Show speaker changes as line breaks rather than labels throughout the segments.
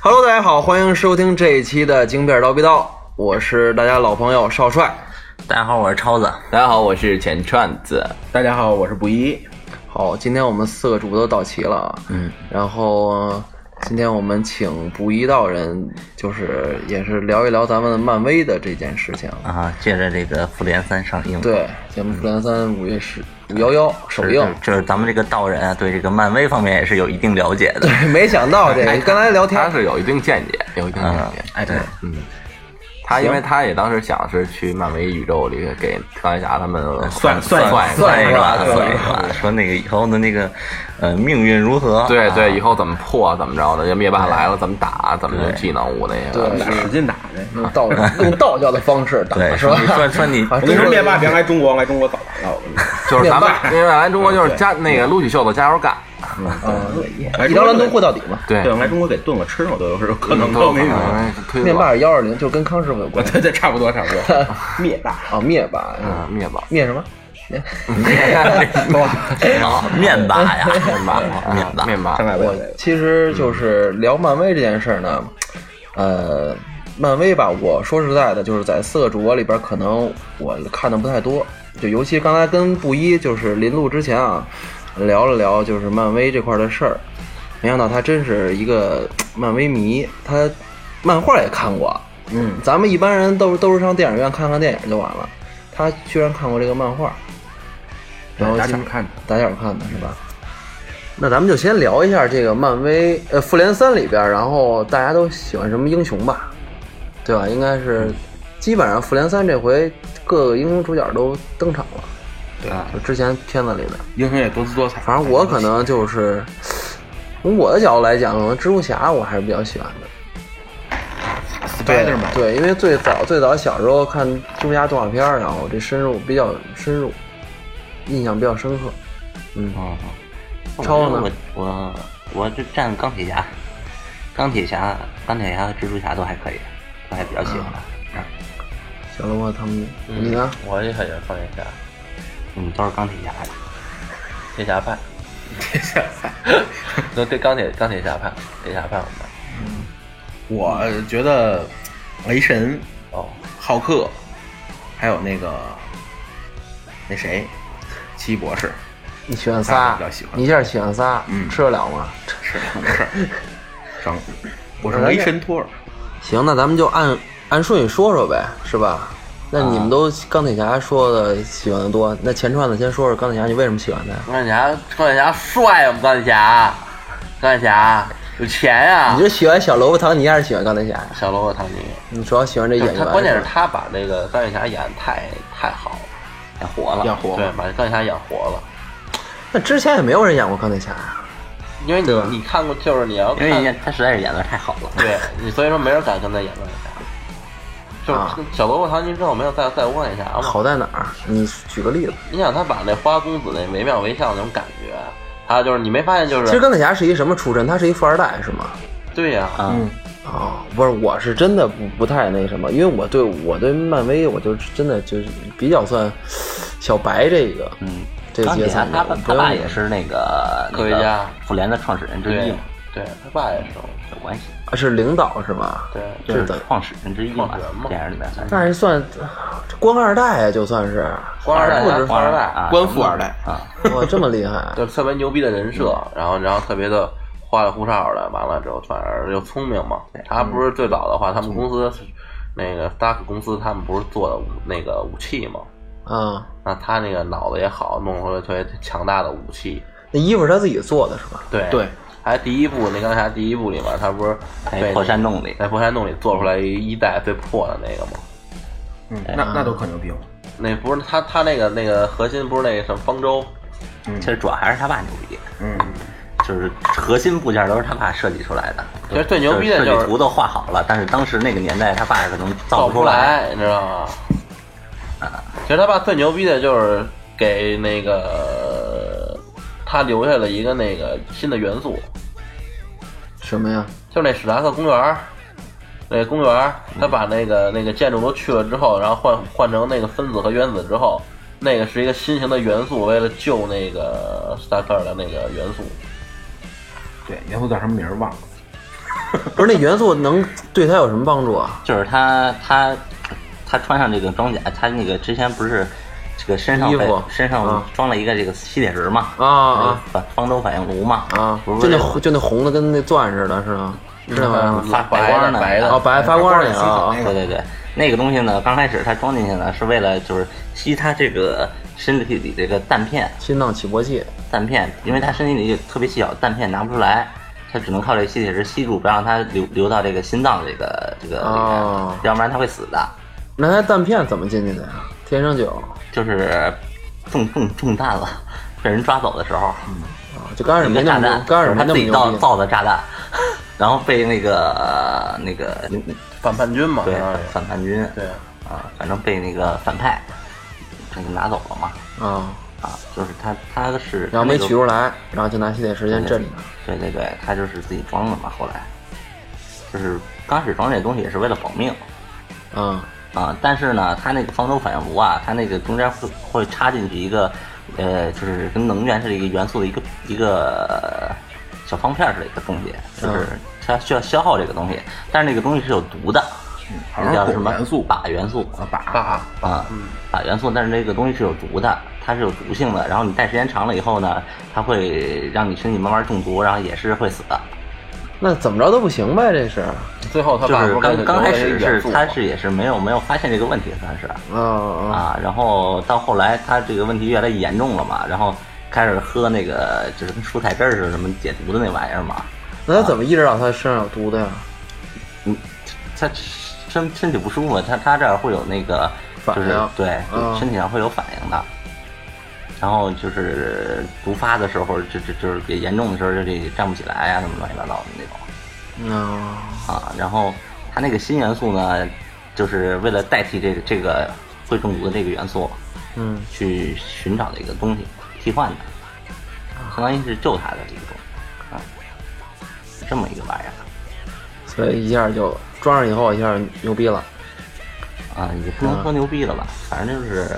Hello，大家好，欢迎收听这一期的《京片儿叨逼叨》，我是大家老朋友少帅。
大家好，我是超子。
大家好，我是钱串子。
大家好，我是不一。
好，今天我们四个主播都到齐了啊。嗯，然后呃今天我们请不一道人，就是也是聊一聊咱们漫威的这件事情。
啊，借着这个复联三上映，
对，咱们《复联三》五月十五幺幺首
是，
映
就是，就是咱们这个道人啊，对这个漫威方面也是有一定了解的。
没想到这
哎
个，刚才聊天
他是有一定见解，有一
嗯
定见解。
哎，对，
他因为他也当时想是去漫威宇宙里给钢铁侠他们
算
算
算
算一个吧，
算
算
一
一
个
个吧。说那个以后的那个，呃，命运如何？
对
啊
对，以后怎么破怎么着的，这灭霸来了怎么打，怎么用技能武那些
对
个。
嗯
打使劲打呗。
啊
用 道用道教的方式打
对，
是
说
吧
你？说说你，
啊
我跟你说，灭霸别来中国，来中国早
啊
完了。我跟你说，
就是咱们
灭霸
因为咱中国就是加那个撸起袖子加油干，
来
一
中国
刀
给
蓝吞，货到底 嘛。
对
对，来中国给炖了吃了都有是有可
嗯
能的。我跟你说，
推
灭霸幺二零就跟康师傅有关系
对对，差不多差不多。 灭霸，
啊，灭霸，
啊灭霸，
灭什么？
啊面吧呀，面吧，面
面
吧，
面霸
上，来吧
我。其实就是聊漫威这件事儿呢，呃，漫威吧，我说实在的，就是在四个主播里边儿，可能我看的不太多，就尤其刚才跟布衣就是临录之前啊，聊了聊就是漫威这块儿的事儿，没想到他真是一个漫威迷，他漫画也看过，嗯，咱们一般人都是都是上电影院看看电影就完了，他居然看过这个漫画，然后
打
今
场看的，
打小看的是吧？那咱们就先聊一下这个漫威呃复联三里边儿，然后大家都喜欢什么英雄吧，对吧？应该是基本上复联三这回各个英雄主角都登场了，
对，啊
就之前片子里的。
英雄也多姿多彩。
反正我可能就是从我的角度来讲，可能蜘蛛侠我还是比较喜欢的。对
Spider 嘛，
对，因为最早最早小时候看蜘蛛侠动画片儿，然后这深入比较深入，印象比较深刻。超呢
我我我是站钢铁侠，钢铁侠、钢铁侠和蜘蛛侠都还可以，都还比较喜欢。
小萝卜他们，你呢？
我也很喜欢钢铁侠，
我嗯们都是钢铁侠的。
铁侠派， 铁侠派，都对钢铁钢铁侠派，铁侠派我们
我觉得雷神、
哦，
浩克，还有那个那谁，奇异博士，
你喜欢仨，
比较喜欢
你一下喜欢嗯仨，吃得了吗？
是什么事儿？上，我是雷神托尔，
行，那咱们就按按顺序说说呗，是吧？那啊你们都钢铁侠说的喜欢的多，那钱川子先说说钢铁侠，你为什么喜欢他呀？
钢铁侠，钢铁侠帅啊，我们钢铁侠，钢铁侠有钱呀、
你是喜欢小萝卜头，你还是喜欢钢铁侠呀？
小罗伯特唐尼，
你主要喜欢这
就
演
是
员
他，关键是
吧
他把那个钢铁侠演得太太好了，演活了，
演活了
对，把钢铁侠演活了。
那之前也没有人演过钢铁侠呀。
因为你你看过，就是你要
因
看
为人家他实在是演的太好了。
对你，所以说没人敢跟他演钢铁侠。就是
啊
小罗伯特唐尼之后没有再再无钢铁侠嘛，
好在哪儿？你举个例子。
啊你想他把那花公子那惟妙惟肖那种感觉，还有就是你没发现就
其实
是
钢铁侠是一什么出身？他是一富二代是吗？
对啊呀、
嗯，
哦，不是，我是真的不不太那什么，因为我对我对漫威，我就真的就是比较算小白这个，嗯，这
钢
阶
铁侠
层
他
的
爸
不
他爸
用
也是那个
科学家，
那个复联的创始人之一
对
嘛，
对，他爸也是，
有关系，
啊是领导是吧？
对，
就是
的
创始人之一
创
嘛
始人嘛，
电影里面算是
那还算这官二代啊，就算是
官二代
不止
还
富
官二代，
啊，
官富二代，
啊，
哇，这么厉害
就特别牛逼的人设，
嗯
然后然后特别的花里胡哨的，完了之后反而又聪明嘛。他不
嗯
是最早的话，他们公司那个 Stark 公司他们不是做的武那个武器嘛？
啊，
那他那个脑子也好，弄出来特别强大的武器，
那衣服是他自己做的是吧？
对
对。
还第一部那钢铁侠第一部里面，他不是
在
被
破山洞里，
在破山洞里做出来一代最破的那个吗？
嗯，那那都可牛逼了。
那不是他他那个那个核心不是那个什么方舟？
其实主要还是他爸牛逼，
嗯，
就是核心部件都是他爸设计出来的。
其实最牛逼的
设
就
计
是
图都画好了，但是当时那个年代他爸可能
造
造
不
出
出。来，你知道吗？其实他爸最牛逼的就是给那个他留下了一个那个新的元素，
什么呀？
就是那史达克公园儿，那公园儿，他把那个那个建筑都去了之后，然后换换成那个分子和原子之后，那个是一个新型的元素，为了救那个斯塔克尔的那个元素，
对，元素叫什么名儿忘了，
不是那元素能对他有什么帮助啊？
就是他他他穿上这个装甲，他那个之前不是这个身上
衣
被
服
身
啊
上装了一个这个吸铁石嘛，
啊啊
反方舟反应炉嘛，
啊
不！是嗯
就那红就那红的跟那钻似的，是吗？是那玩意儿吗？
发白嗯哎光呢，
白的
哦，白发光那个啊
对对对，那个东西呢，刚开始他装进去呢，是为了就是吸他这个身体里这个弹片，
心脏起搏器
弹片，因为他身体里特别细小，弹片拿不出来，他只能靠这吸铁石吸住，不让它流流到这个心脏这个这个里面，
哦
要不然他会死的。
那他弹片怎么进去的呀？天生酒
就是中中中弹了，被人抓走的时候，
啊，就刚开始
有
没
个
那
炸
么
弹
牛，刚开始没
他
那
自
么
己造
牛逼。
造的炸弹， 然后被那个那个
反叛军嘛，
对
相当于
反叛军
对，
啊，反正被那个反派这个拿走了嘛。
啊，
啊，就是他，他是
然后没取
入，
出来，然后就拿吸铁
嗯
石先镇着。
对对对，他就是自己装的嘛。后来就是刚开始装这东西也是为了保命
啊
啊，但是呢，他那个方舟反应炉啊，它那个中间会会插进去一个呃，就是跟能源是一个元素的一个一个小方片似的一个东西，就是
嗯
它需要消耗这个东西，但是那个东西是有毒的，
嗯好
那
像
叫
是
什么
汞元素
靶元素
啊，把
大
啊，
嗯
把元素，但是这个东西是有毒的，它是有毒性的。然后你戴时间长了以后呢，它会让你身体慢慢中毒，然后也是会死的。
那怎么着都不行呗，这是啊
最后他
就
爸
是
不
刚
跟
刚开始
留了一
是
元素
他
吗
是也是没有没有发现这个问题，算是
啊
嗯
啊
啊。然后到后来他这个问题越来越严重了嘛，然后开始喝那个就是跟蔬菜汁儿似的什么解毒的那玩意儿嘛。
那他怎么意识到他身上有毒的呀？
他身身体不舒服，他他这儿会有那个
反
就是
应
对、
嗯
身体上会有反应的。然后就是毒发的时候，这这就是比较严重的时候，就得站不起来呀、什么乱七八糟的那种
啊
啊。然后他那个新元素呢，就是为了代替这个这个会中毒的这个元素，
嗯
去寻找的一个东西替换的，相当于是救他的一个东西啊，是这么一个玩意儿。
所以一下就装上以后，一下就牛逼了。
啊，也不能说牛逼了吧，反正就是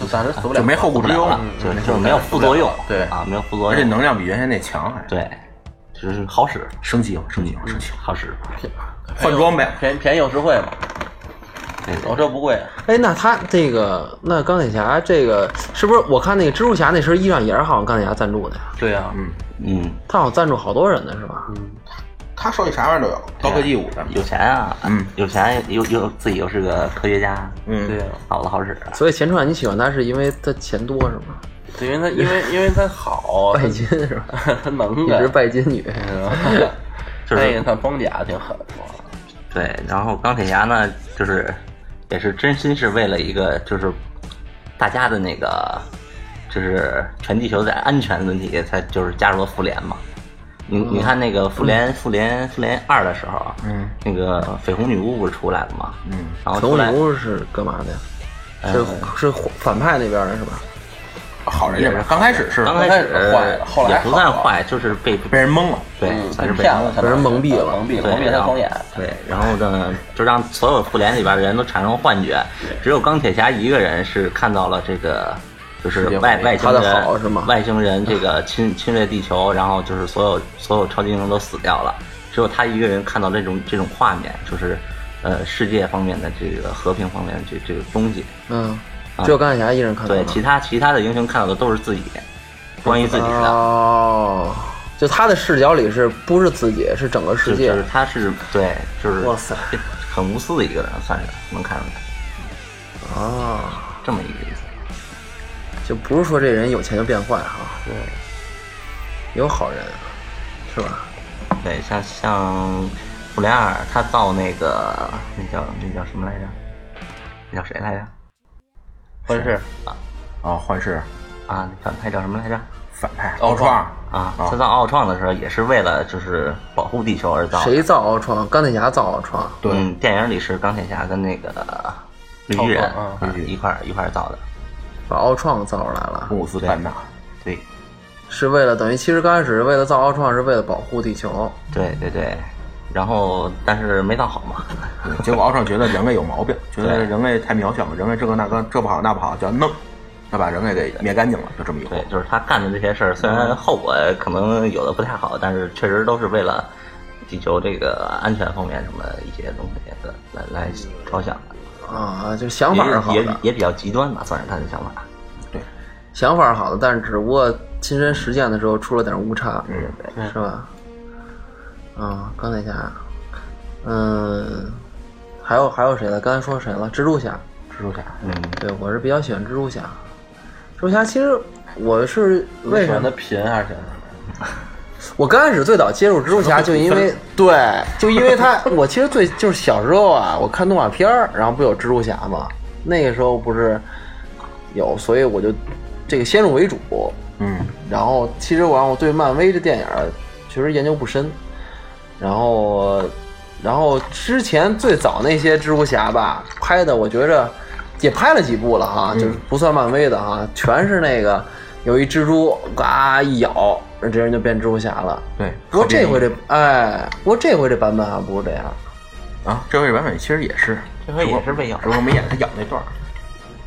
就暂时死不了，
就没后顾之忧
了
了，
嗯
就就是没有副作用，
对
啊，没有副作
而且
用，
能量比原先那强，还
对，就是好使，
升级了，升级了，升级了。
好使，
换装备，
便宜便宜又实惠嘛，
对对
我这不贵，啊
哎，那他这个那钢铁侠这个是不是？我看那个蜘蛛侠那身衣裳也是好像钢铁侠赞助的呀，
对呀，
嗯，
他好像赞助好多人呢，是吧？
他手里啥玩意儿都有，高科技武的。
哎有钱啊，
嗯，
有钱又又自己又是个科学家，
嗯
对呀，
脑子好使，啊
所以钱川你喜欢他是因为他钱多是吗？
对因为他因为因为他好，
拜 金是吧？
他他能
哎
啊
一直
干，
拜金女，
就是
那个看装甲挺狠的，
对，然后钢铁侠呢，就是也是真心是为了一个就是大家的那个就是全地球在安全问题，才就是加入了复联嘛。你
嗯
你看那个复联复联复联二的时候，嗯，那个绯红女巫不是出来了嘛，嗯，然后
粉
出来
红女巫啊是干嘛的呀？
呃
是是反派那边的是吧？
好人家吧，刚开始是
刚
刚
开
开
始
始坏了，后
也
来
不
好
算
了
坏，就是被
被人蒙了。
对，算是被
骗了，他
嗯被人蒙蔽了啊
蒙蔽了，
对，
蒙蔽
然
他
后
双眼，
对，然后呢，就让所有复联里边的人都产生幻觉，只有钢铁侠一个人是看到了这个，就是外外星
他的
人
好是吗
外星人这个侵侵略地球，然后就是所有所有超级英雄都死掉了，只有他一个人看到这种这种画面，就是呃世界方面的这个和平方面的这这个东西。
嗯，只有钢铁侠一人看到
对，
了。
其他其他的英雄看到的都是自己关于自己的，
哦，就他的视角里是不是自己，是整个世
就
界
就？是他是对，就是
哇塞，
很无私的一个人，算是能看出来
啊，
这么一个意思。
就不是说这人有钱就变坏哈。对，有好人，是吧？
对，像像复联二，他造那个那叫那叫什么来着？那叫谁来着？
但是
啊，幻视
啊，那反派叫什么来着？
反派奥创，
啊，他造奥创的时候也是为了就是保护地球而造的。
谁造奥创？钢铁侠造奥创。
对
嗯，电影里是钢铁侠跟那个绿巨人啊一块儿一块儿造的。
把奥创造出来了，
穆斯班纳，
对，
是为了等于其实刚开始是为了造奥创，是为了保护地球。
对对对。然后，但是没造好嘛。
对结果奥创觉得人类有毛病，觉得
对
人类太渺小了，人类这个那个这不好那不好，就要弄，要把人类给灭干净了，就这么一
对
回，。
就是他干的这些事儿，虽然后果可能有的不太好，但是确实都是为了地球这个安全方面什么一些东西的来来着想的，
啊，就想法是好
也也
的，
也比较极端吧，算是他的想法。
想法是好的，但是只不过亲身实践的时候出了点误差，是吧？啊，钢铁侠，嗯，还有还有谁了？刚才说谁了？蜘蛛侠，
蜘蛛侠，嗯，
对我是比较喜欢蜘蛛侠。蜘蛛侠其实我是为什
选
么
的？贫还是选的？
我刚开始最早接触蜘蛛侠，就因为 对，就因为 他，我其实最就是小时候啊，我看动画片儿，然后不有蜘蛛侠嘛，那个时候不是有，所以我就这个先入为主，
嗯，
然后其实我让我对漫威这电影儿其实研究不深，然后然后之前最早那些蜘蛛侠吧拍的，我觉着也拍了几部了哈，就是不算漫威的哈，全是那个有一蜘蛛嘎一咬，这人就变蜘蛛侠了。
对，
不过这回这哎，不过这回这版本还不是这样，
啊，这回版本其实也是，
这回也是被咬
只，不过没演他咬那段儿。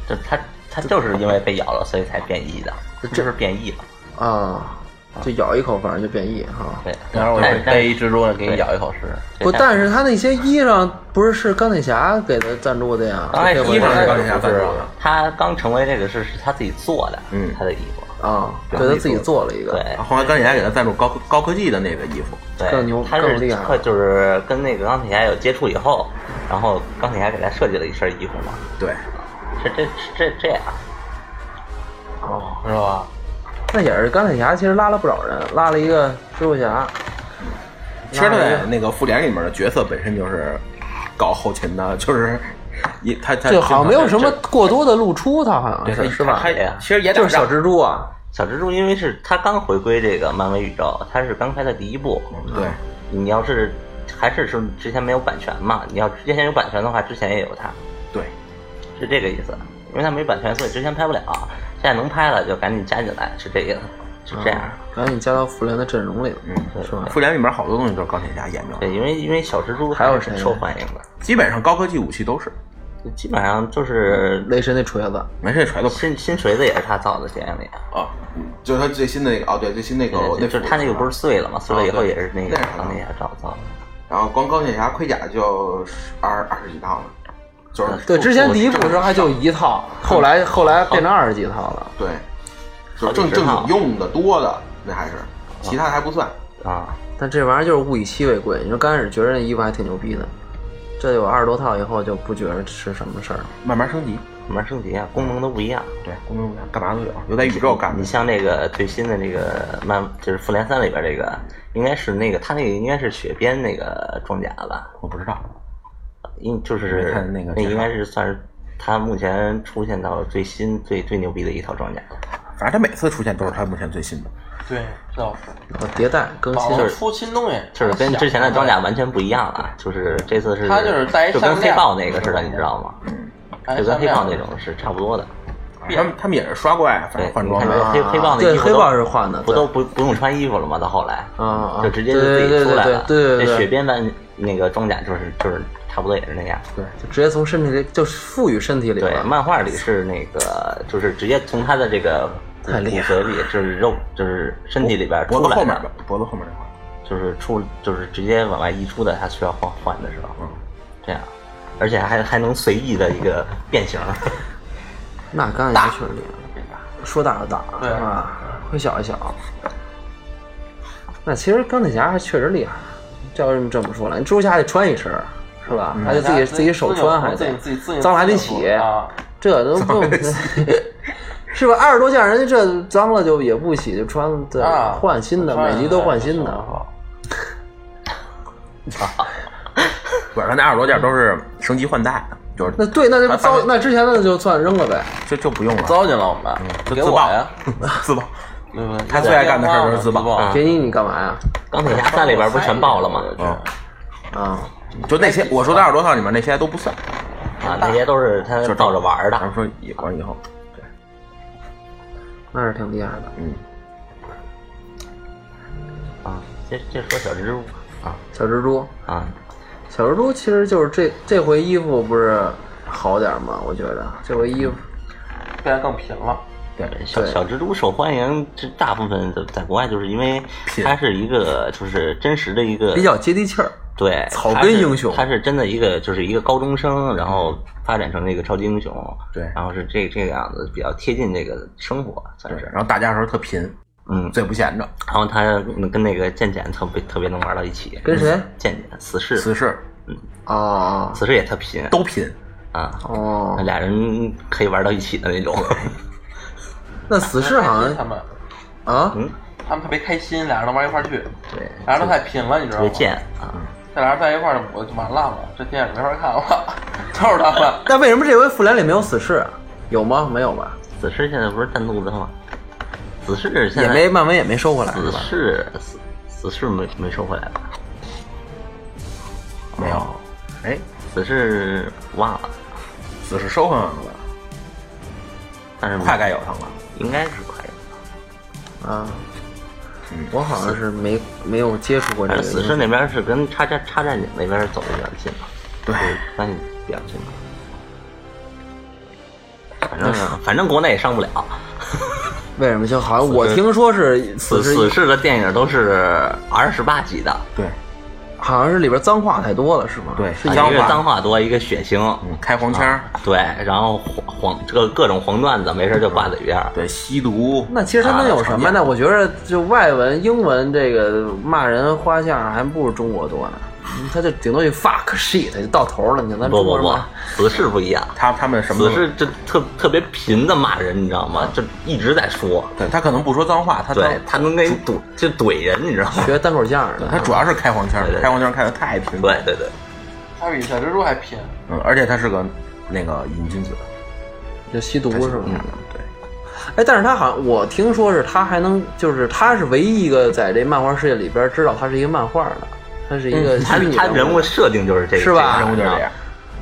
就他他就是因为被咬了，所以才变异的，这就是变异了。
啊，就咬一口反正就变异哈。
对，
然后我
但是
逮一蜘蛛给你咬一口试试。
不，但是他那些衣裳不是是钢铁侠给他赞助的呀？
哎
这回
衣裳是
钢铁侠赞
是
助的，
他刚成为这个是是他自己做的，嗯，他的衣服，
啊，对他自己做了一个。
对
啊后来钢铁侠给他赞助高高科技的那个衣服，
对，
更牛
他是
更厉害
快就是跟那个钢铁侠有接触以后，然后钢铁侠给他设计了一身衣服嘛，
对，
是这是这这样，哦，是吧？
那也是钢铁侠，其实拉了不少人，拉了一个蜘蛛侠，
其实他在那个复联里面的角色本身就是搞后勤的，就是一他他
这好像没有什么过多的露出，他好像是是吧
他？其实也
就是小
蜘
蜘蛛啊，
小蜘蛛因为是他刚回归这个漫威宇宙，他是刚拍的第一部，
对，
你要是还是说之前没有版权嘛，你要之前有版权的话，之前也有他，
对
是这个意思，因为他没版权，所以之前拍不了，现在能拍了就赶紧加进来，是这个意思，是这样。
赶紧加到复联的阵容里了。
嗯对
嗯是吧
复联里面好多东西都是钢铁侠研究的，
对，因为因为小蜘蛛
还有
是
谁
挺
呢
受欢迎的，
基本上高科技武器都是，
就基本上哎嗯就是
雷神那锤子，
没事揣都不是
新新锤子也是他造的，电影里。
啊，就是他最新的那个哦，对，最新那个
对
那啊哦
就是他那个不是碎了嘛，碎了以后
对
也是那个
那是啊
钢铁侠造造的。
然后光钢铁侠盔甲就二二十几套了，就是
对，之前第一部的时候还就一套，后来后来变成二十几套了。
对，就是正正经用的多的那还是，其他还不算。
啊，
但这玩意儿就是物以稀为贵，你说刚开始觉得那衣服还挺牛逼的，这有二十多套以后就不觉得是什么事儿了。
慢慢升级，
慢慢升级啊，功能都不一样。
对，功能干嘛都有，有在宇宙干
你
的，
像这个最新的这个漫，就是复联三里边这个，应该是那个他那个应该是雪边那个装甲吧，
我不知道。
应就
没
是
看那个
那
介绍
应该是算是他目前出现到最新最最牛逼的一套装甲了。
反正他每次出现都是他目前最新的，
对，这倒是。
然后迭代更新，
哦，出新东西，
就是跟之前的装甲完全不一样了，就是这次是
嗯它就是带一
就
上
跟黑
链
豹那个似的，你知道吗？
哎
就跟黑豹那
上
种是差不多的。
他们他们也是刷怪，啊反
对，
嗯正换
你
装
看这黑
的。
黑豹那
对
衣服
黑
都
豹是换的
不
对
都不不用穿衣服了吗？到后来，
啊啊
就直接就自己出来了。
对对对对对对
这雪边的那个装甲就是就是差不多也是那样。
对，就直接从身体里就赋予身体里
对，
了。
漫画里是那个就是直接从他的这个骨骨
太厉害
髓里就是肉就是身体里边
脖
出
子
来
后面
的，
吧，脖子后面这块，
就是出就是直接往外溢出的，他需要换换的时候，
嗯
这样，而且还还能随意的一个变形。
那钢铁侠确实厉害，说大就大，对吧？说小就小。那其实钢铁侠还确实厉害，这要是这么说来，你蜘蛛侠还得穿一身儿，是吧？还得自己自己手穿，还
嗯自
得
己自己自己
脏了还得
自己
洗
啊，
这都不用， 是吧？二十多件人家这脏了就也不洗，就穿对
啊
换新的，每集都换新的。
不是他那二十多件都是升级换代的，就是
那对，那就
还发
糟
现，
那之前的就算扔了呗。
就就不用了，
糟践了我们，
嗯
就
给
自
我
爆
呀，，
自爆。
对不对？
他最爱干的事儿就是自
自
爆
爆，
给你你干嘛呀？
钢铁侠三里边不是全爆了吗？
嗯，
啊，
就那些我说的二十多套里面那些都不算，
啊，那些都是他
就是
照着玩
咱
的
们。说以后以后，
那是挺厉害的。
嗯，
啊，接接着说小蜘蛛吧
小蜘蛛，
啊，
小蜘蛛其实就是这这回衣服不是好点儿吗？我觉着这回衣服
变得更贫了。
小小蜘蛛受欢迎，这大部分在在国外就是因为它是一个就是真实的一个
呃比较接地气儿。
对
草
它
根
是
英雄
它是真的一个就是一个高中生，然后发展成那个超级英雄，
对
然后是这这个样子，比较贴近这个生活算是，
然后打架的时候特贫，
嗯，
最不闲着，
然后他跟那个剑剑特别特别能玩到一起，
跟谁
剑剑死侍，
死侍
啊，
死侍也特贫
都贫，
啊，
哦
那，俩人可以玩到一起的那种，
那死侍好
他
像
们
啊，
嗯，
他们特别开心，俩人能玩一块儿去，
对，
俩人都太贫了，你知
特
道吗
别？贱
嗯
啊，
这俩人在一块儿，我就完了嘛，这电影没法看了， 就是他们。
那为什么这回复联里没有死侍啊？有吗？没有吧？
死侍现在不是单独的吗？死侍现
也
在
没，漫威也没收回来是
死
吧？
侍死死侍没没收回来吧？
没有，哎，
死侍忘了，
死侍收回来了，
但是
快该有他了。
应该是快有。
啊
嗯，
我好像是没没有接触过这个
但是死侍那边是跟插战插战警那边走的比较近嘛，
对，
关系比较近嘛。反正反正国内也上不了，
为什么？就好像
侍
我听说是
死
死
死
侍，
侍的电影都是 R 十八级的，
对，
好像是里边脏话太多了，是吗？
对
是
啊
一
一
个
个脏话多，一个血腥，啊
嗯，开黄腔儿，
对，然后黄黄这个各种黄段子，没事就挂嘴边儿。
对，吸毒，
那其实他们有什么
啊
呢？我觉得就外文、英文这个骂人花样还不如中国多呢。他就顶多就 fuck shit 就到头了，你看咱
嗯不
中
不
国人
不
骂，
死侍不一 样，
他他们什么
死
都
侍这特特别贫的骂人，你知道吗？就一直在说，
对他可能不说脏话，他
对他能给你怼就怼人，你知道吗？
学单口相声
他
的。
主要是开黄腔儿
对对，对
开黄腔儿开的太频繁
对，对对，
他比小蜘蛛还贫，
嗯，而且他是个那个瘾君子，嗯
就吸毒是吗？
嗯
对，
哎，但是他好像我听说是他还能，就是他是唯一一个在这漫画世界里边知道他是一个漫画的，他是一个
嗯他
虚拟
他人
人
物设定就是这个，
是吧
个
人物就是这样。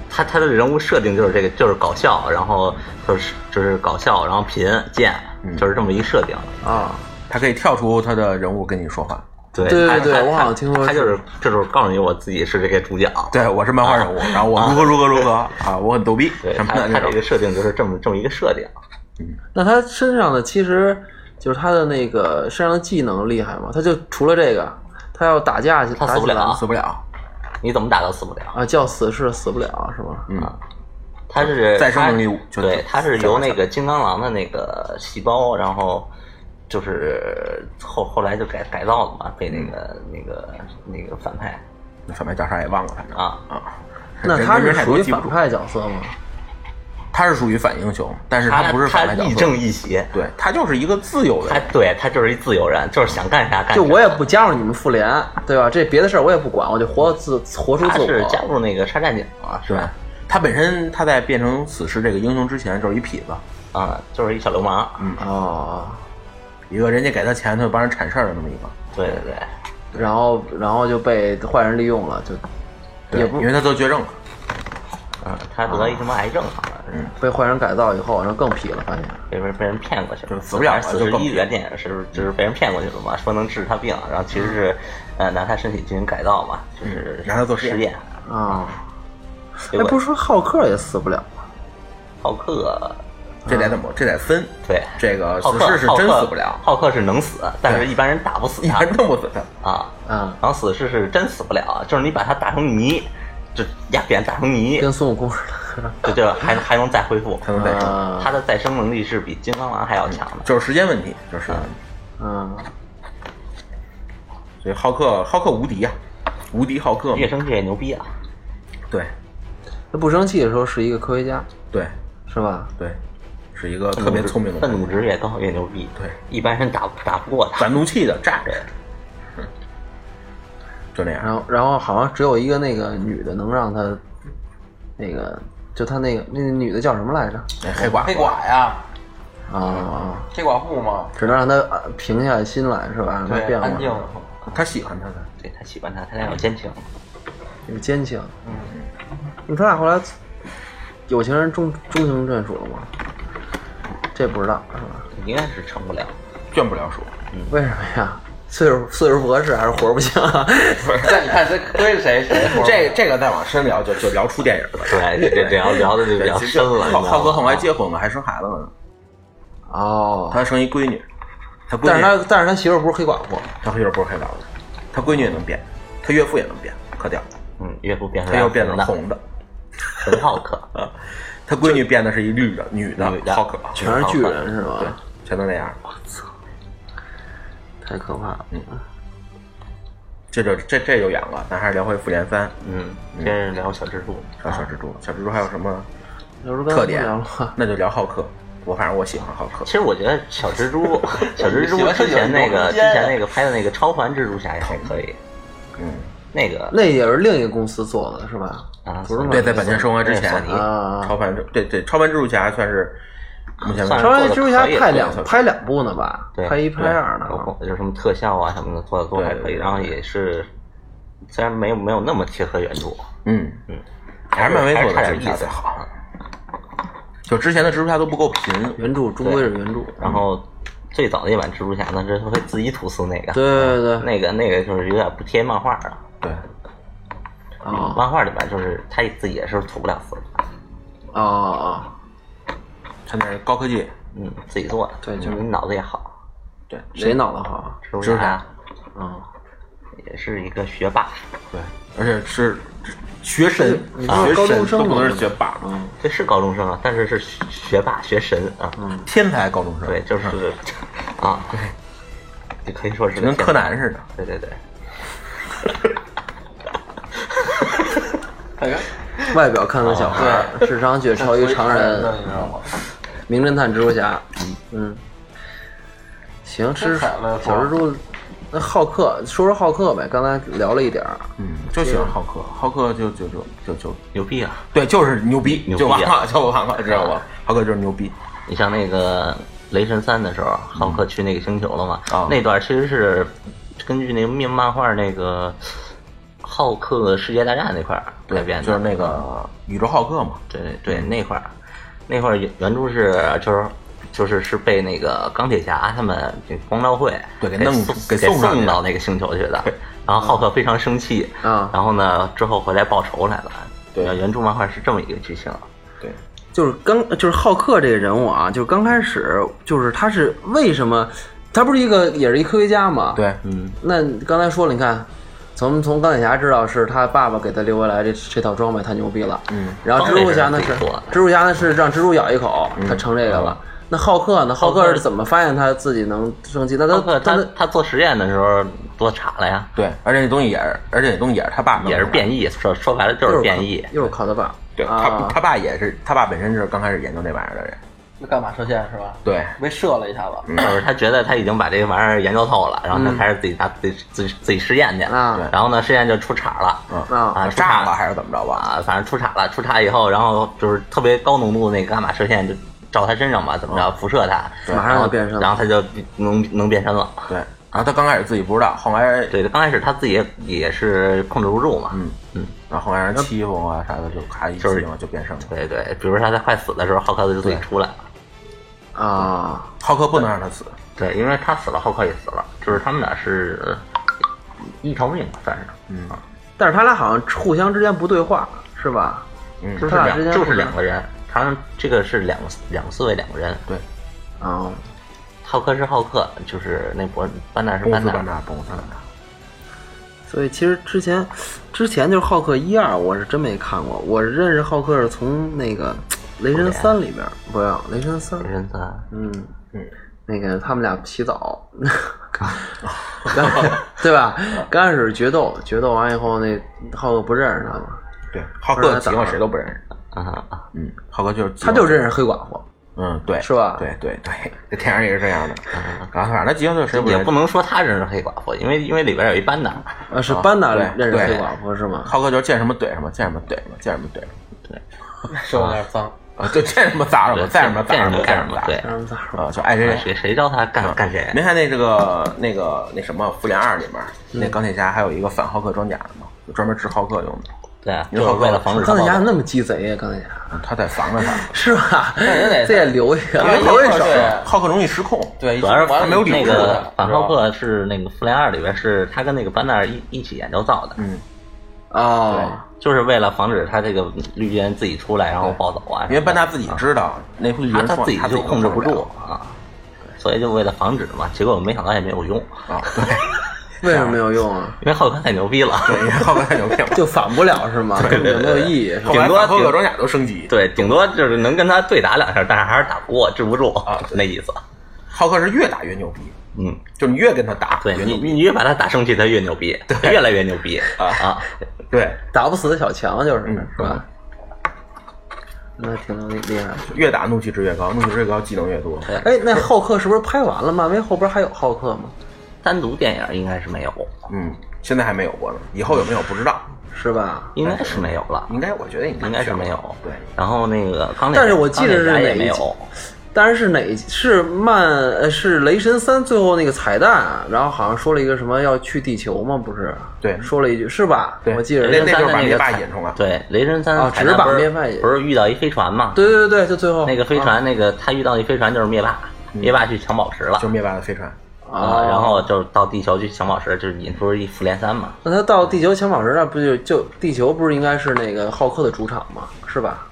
他他的人物设定就是这个，就是搞笑，然后就是就是搞笑，然后贫贱，
嗯
就是这么一设定。
啊，
他可以跳出他的人物跟你说话。
对
对
他
对
他
我好像
他
听说
他
是
就是就是告诉你我自己是这个主角。
对，我是漫画人物，然后我如何如何 如何啊，我很逗逼，
啊对
什
他
么的
他
那
这个
种。
设定就是这么这么一个设定。
那他身上的其实就是他的那个身上的技能厉害吗？他就除了这个，他要打架去，
他死不了
打起
死不了，
你怎么打都死不了
来。啊，叫死是死不了是吗？
嗯，
他是
再生能力
他
就
对，他是由那个金刚狼的那个细胞，然后就是后后来就改改造了嘛，被那个、
嗯
那个那个反派
那反派叫啥也忘了，反正
啊，
啊。
那
人
他
人
是
太
属
多
于
记不
反
住，哎
派角色吗？
他是属于反英雄，但是
他
不是
他
反派角
亦
色。
正亦邪，
对他就是一个自由
他
人，
对他就是一自由人，就是想干啥干啥。
就我也不加入你们复联，对吧？这别的事儿我也不管，我就活自活出
他
自
是加
我。
入那个沙战警了，是
对
吧？。
他本身他在变成死侍这个英雄之前就是一痞子，
啊，就是一小流氓。
嗯
哦，
一个人家给他钱他就帮人铲事儿的那么一个。
对对对，
然后然后就被坏人利用了，就
对
也，不
因为他得绝症了，
嗯，他得
啊
一什么癌症好像是。
被坏人改造以后，然后更痞了，发现。
被被被人骗过去了，
死不了了
死
就
侍
更
一原电影是就是被人骗过去了嘛，说能治他病，然后其实是呃拿他身体进行改造嘛，就是
嗯拿他做实验
实验。
啊，
结
哎，
果
不是说浩克也死不了吗？
浩克，
这得怎么这得分？
对，
这个
浩
死
克
侍是真死不了，
浩克浩克是能死，但是一般人打不死
一
他
般弄不死他。
啊。
啊，
然后死侍是真死不了，就是你把他打成泥，就压扁打成泥，
跟孙悟空似的。
就就还还能再恢复，
才能再生，
啊
他的再生能力是比金刚狼还要强的。
就是时间问题，就是时间问题。
嗯，
所以浩克，浩克无敌呀、无敌浩克嘛
越。生气越牛逼啊！
对，
他不生气的时候是一个科学家，
对，
是吧？
对，是一个特别聪明的
愤
人
怒。值越高越牛逼。
对，
一般人打打不过他。
攒怒气的炸着
对，，
就那样
然。后然后好像只有一个那个女的能让他，那个就他那个那个女的叫什么来着？
嗯
哎黑寡
黑寡呀，
啊啊，
黑寡妇嘛，
只能让他呃平下心来是吧？让他
对，
变
安静
了，。
他喜欢他的，
对他喜欢他，他俩有奸情。
有奸情。嗯，你他俩后来有情人终终成眷属了吗？这不知道是吧？
应该是成不了，
眷不了属。
为什么呀？ 岁数岁数不合适还是活不行、啊？
但你看这跟谁谁活
这这个再往深聊，就就聊出电影了。
哎对，这这聊聊的就比较深了，你知
浩浩
道
哥后
吗？
来结婚了，还生孩子了呢。
哦，
他生一闺女，他闺
但
女
是他但是他媳妇儿不是黑寡妇，
他媳妇不是黑寡妇，他闺女也能变，他岳父也能变，可屌了，
嗯，岳父变成
他又变成
了
红的，
纯浩 克，
啊，他闺女变的是一绿的女的
女，的
好可怕，
全是巨人是吧？
全都那样，
太可怕了。
这就这这就远了，咱还是聊回复联三，
嗯，先是聊小蜘蛛，啊
聊啊小蜘蛛，小蜘蛛还有什么
有时候跟他
特
不
点
聊了？
那就聊浩克，我反正我喜欢浩克
其，实我觉得小蜘 蛛，小蜘蛛之前那个之前那个拍的那个超凡蜘蛛侠也还可以，
嗯，
那个
那也是另一个公司做的是吧？
啊，
不是吗
对，在版权生活之前
索，尼
啊，
超凡蜘对对，超凡蜘蛛侠算是目前为
算
止
是
超人蜘蛛侠
做得可以
拍
做
两
得
拍两部呢吧？
对，
拍一拍二呢
对。包括就是什么特效啊什么的做的都还可以，
对
然后也是虽然没有没有那么贴合原著，
嗯
嗯，
还是漫威做的
还是差
蜘蛛
点
侠
意思
最好。就之前的蜘蛛侠都不够贫，
原著终归是原著，
然后最早那版蜘蛛侠呢，这是会自己吐丝那个，
对对对，
那个那个就是有点不贴漫画了。
对，
啊
漫画里边就是他自己也是吐不了丝，
啊啊！
他那是高科技，
嗯，自己做的，
对就是
你脑子也好，
对，
谁脑子好？
蜘蛛
蜘蛛
侠
侠
嗯，
也是一个学霸，
对，而且是学神，
你说
学
高
神
中生
都不
吗
能是学霸，
这是高中生啊，但是是学霸学神啊，
天才高中生，
对，就是、 啊，对，也可以说是
就
个
跟柯
天才
南似的。
对对对，
外表看似小孩儿，智商却超于常人。名侦探蜘蛛侠，嗯，行，是
太狠了
小蜘蛛。那浩克，说说浩克呗，刚才聊了一点儿，
嗯，就喜欢浩克，浩克就就就就就
牛逼啊！
对，就是牛逼，
牛逼
就
啊
完了， 就完了，知道吧？浩克就是牛逼，
你像那个雷神三的时候，
嗯
浩克去那个星球了嘛？
啊
那段其实是根据那个面漫画那个浩克世界大战那块儿改
对
编，的，
就是那个宇宙浩克嘛，
对对那块儿，那块儿原原著是就是。就是是被那个钢铁侠他们这光照会
对给弄
送
给
给
送上去
送到那个星球去的，然后浩克非常生气，
嗯
然后呢之后回来报仇来了。
啊对
原著漫画是这么一个剧情，
对，
就是刚就是浩克这个人物啊，就是刚开始就是他是为什么，他不是一个也是一科学家嘛？
对，
嗯，
那你刚才说了，你看，从从钢铁侠知道是他爸爸给他留下来这这套装备，太牛逼了。嗯，然后蜘蛛侠呢
装备
是
是自己做的嗯
蜘蛛侠呢是让蜘蛛咬一口，他成这个了。那浩克呢？浩克是怎么发现他自己能升级？那
浩
他
克他
他
他做实验的时候多傻了呀，
对，而且那东西也是，而且那东西也是他爸弄的
也是变异，说说白了就
又
是
是
变异
靠，又是靠他爸。
对他
啊，
他爸也是，他爸本身就是刚开始研究那玩意儿的人。
那干嘛射线是吧？
对，
被射了一下吧。
就是他觉得他已经把这个玩意儿研究透了，然后他开始自己拿自己自己自己实验去，
啊对
然后呢实验就出岔了，
啊
啊出岔
炸了还是怎么着吧？
啊，反正出岔了，出岔以后，然后就是特别高浓度的那个伽马射线就照他身上嘛，怎么着辐射他，
马上
然后
就变身了
然后他就能能变身了。
对，然后他刚开始自己不知道，后来
对，刚开始他自己也也是控制不住嘛，
嗯
嗯，
然后后来人欺负啊啥的，就咔一
就是
激灵就变身了。
对对，比如说他在快死的时候，浩克就自己
对
出来了。
啊，
浩克不能让他死，
对，因为他死了，浩克也死了，就是他们俩是一条命，算是，
嗯，
但是他俩好像互相之间不对话，是吧？
嗯
就是
他俩之间
两就是
互相
两个人，他们这个是两个两个思维两个人，
对，
啊，
浩克是浩克，就是那博班纳是
公
班
司
纳，
办大，公司办大。
所以其实之前，之前就是浩克一二，我是真没看过。我认识浩克是从那个雷神三里边儿，不要雷神三，
人三，
嗯那个他们俩洗 澡，刚对吧？刚开始决斗，决斗完以后，那浩克不认识他嘛，
对，浩
不是
克
他
喜
打
欢谁都不认识。
啊，
嗯，浩克就是
他就
认，
认识黑寡妇，
嗯，对，
是吧
对对对， 这电影也是这样的。
嗯
然后反正他喜欢就是谁不
也
认
不
识。
能说他认识黑寡妇，因为因为里边有一班纳，
呃，是班纳
对
认识
对
黑寡妇是吗？
浩克就是见什么怼什么，见什么怼什么，见什么怼什么，
射有点脏，
啊，就见什么砸什么，见什么
干
砸
什么
见
干
什
什
么
么
砸，，
对，
让他们
啊，就爱谁谁。啊
谁谁教他
嗯
干干谁，
您看那这个那个那什么《复联二》里面，
嗯
那钢铁侠还有一个反浩克装甲的嘛，就专门治浩克用的。
对啊，
你
就
说
是为了
浩
防
克
止
钢铁侠
他暴
怎
露
么那么鸡贼呀、钢铁侠
嗯他在防着他，
是吧？
人得
这也留一
嗯
个，
因为
留一手。
对
浩克容易失控。
对，一
主要是
出完了
有理
那
智
个反浩
是吧
克是那个《复联二》里边是他跟那个班纳一一起研究造的，
嗯，
哦，
就是为了防止他这个绿巨人自己出来然后暴走啊，
因为班纳自己知道那会
嗯啊他
人
他自己
他
就控制不住
了
啊，所以就为了防止嘛，结果我没想到也没有用，
啊，对，
为什么没有用啊？
因为浩克太牛逼了，
对，因为浩克太牛逼了，
就反不了是吗？根本就没有意义。是吧
后来
顶多
浩克装甲都升级，
对，顶多就是能跟他对打两下，但是还是打不过，治不住啊，那意思。
浩克是越打越牛逼，
嗯，
就你越跟他打，
对
越
你，
牛
你越把他打生气，他越牛逼，越来越牛逼啊！
对，
打不死的小强就是
嗯
是吧？那挺厉厉害的。
嗯
越打怒气值越高，怒气值越高技能越多。
哎，那浩克是不是拍完了？漫威后边还有浩克吗？
单独电影应该是没有，
嗯，现在还没有过呢，以后有没有不知道，
是吧？
应该是没有了，
应该我觉得
应该是没有。
对，
然后那个钢铁，
但是我记得是
钢铁侠
哪
也
一
没
集
有，
但是是哪一集是漫呃是雷神三最后那个彩蛋，啊然后好像说了一个什么要去地球吗？不是？啊
对
说了一句是吧？
对
我记着
雷
是
那那
三
就是
的
把
那
灭
个
霸
彩
引出来
对，雷神三
哦
彩
只是
蛋
把
不
灭霸引
是不是遇到一飞船嘛？
对对对对，就最后
那个飞船，那个他遇到一飞船就是灭霸，灭霸去抢宝石了
就是灭霸的飞船，哦
啊，
然后就到地球去抢宝石，就是引出一复联三嘛。
那他到地球抢宝石那不就就地球不是应该是那个浩克的主场吗？是吧？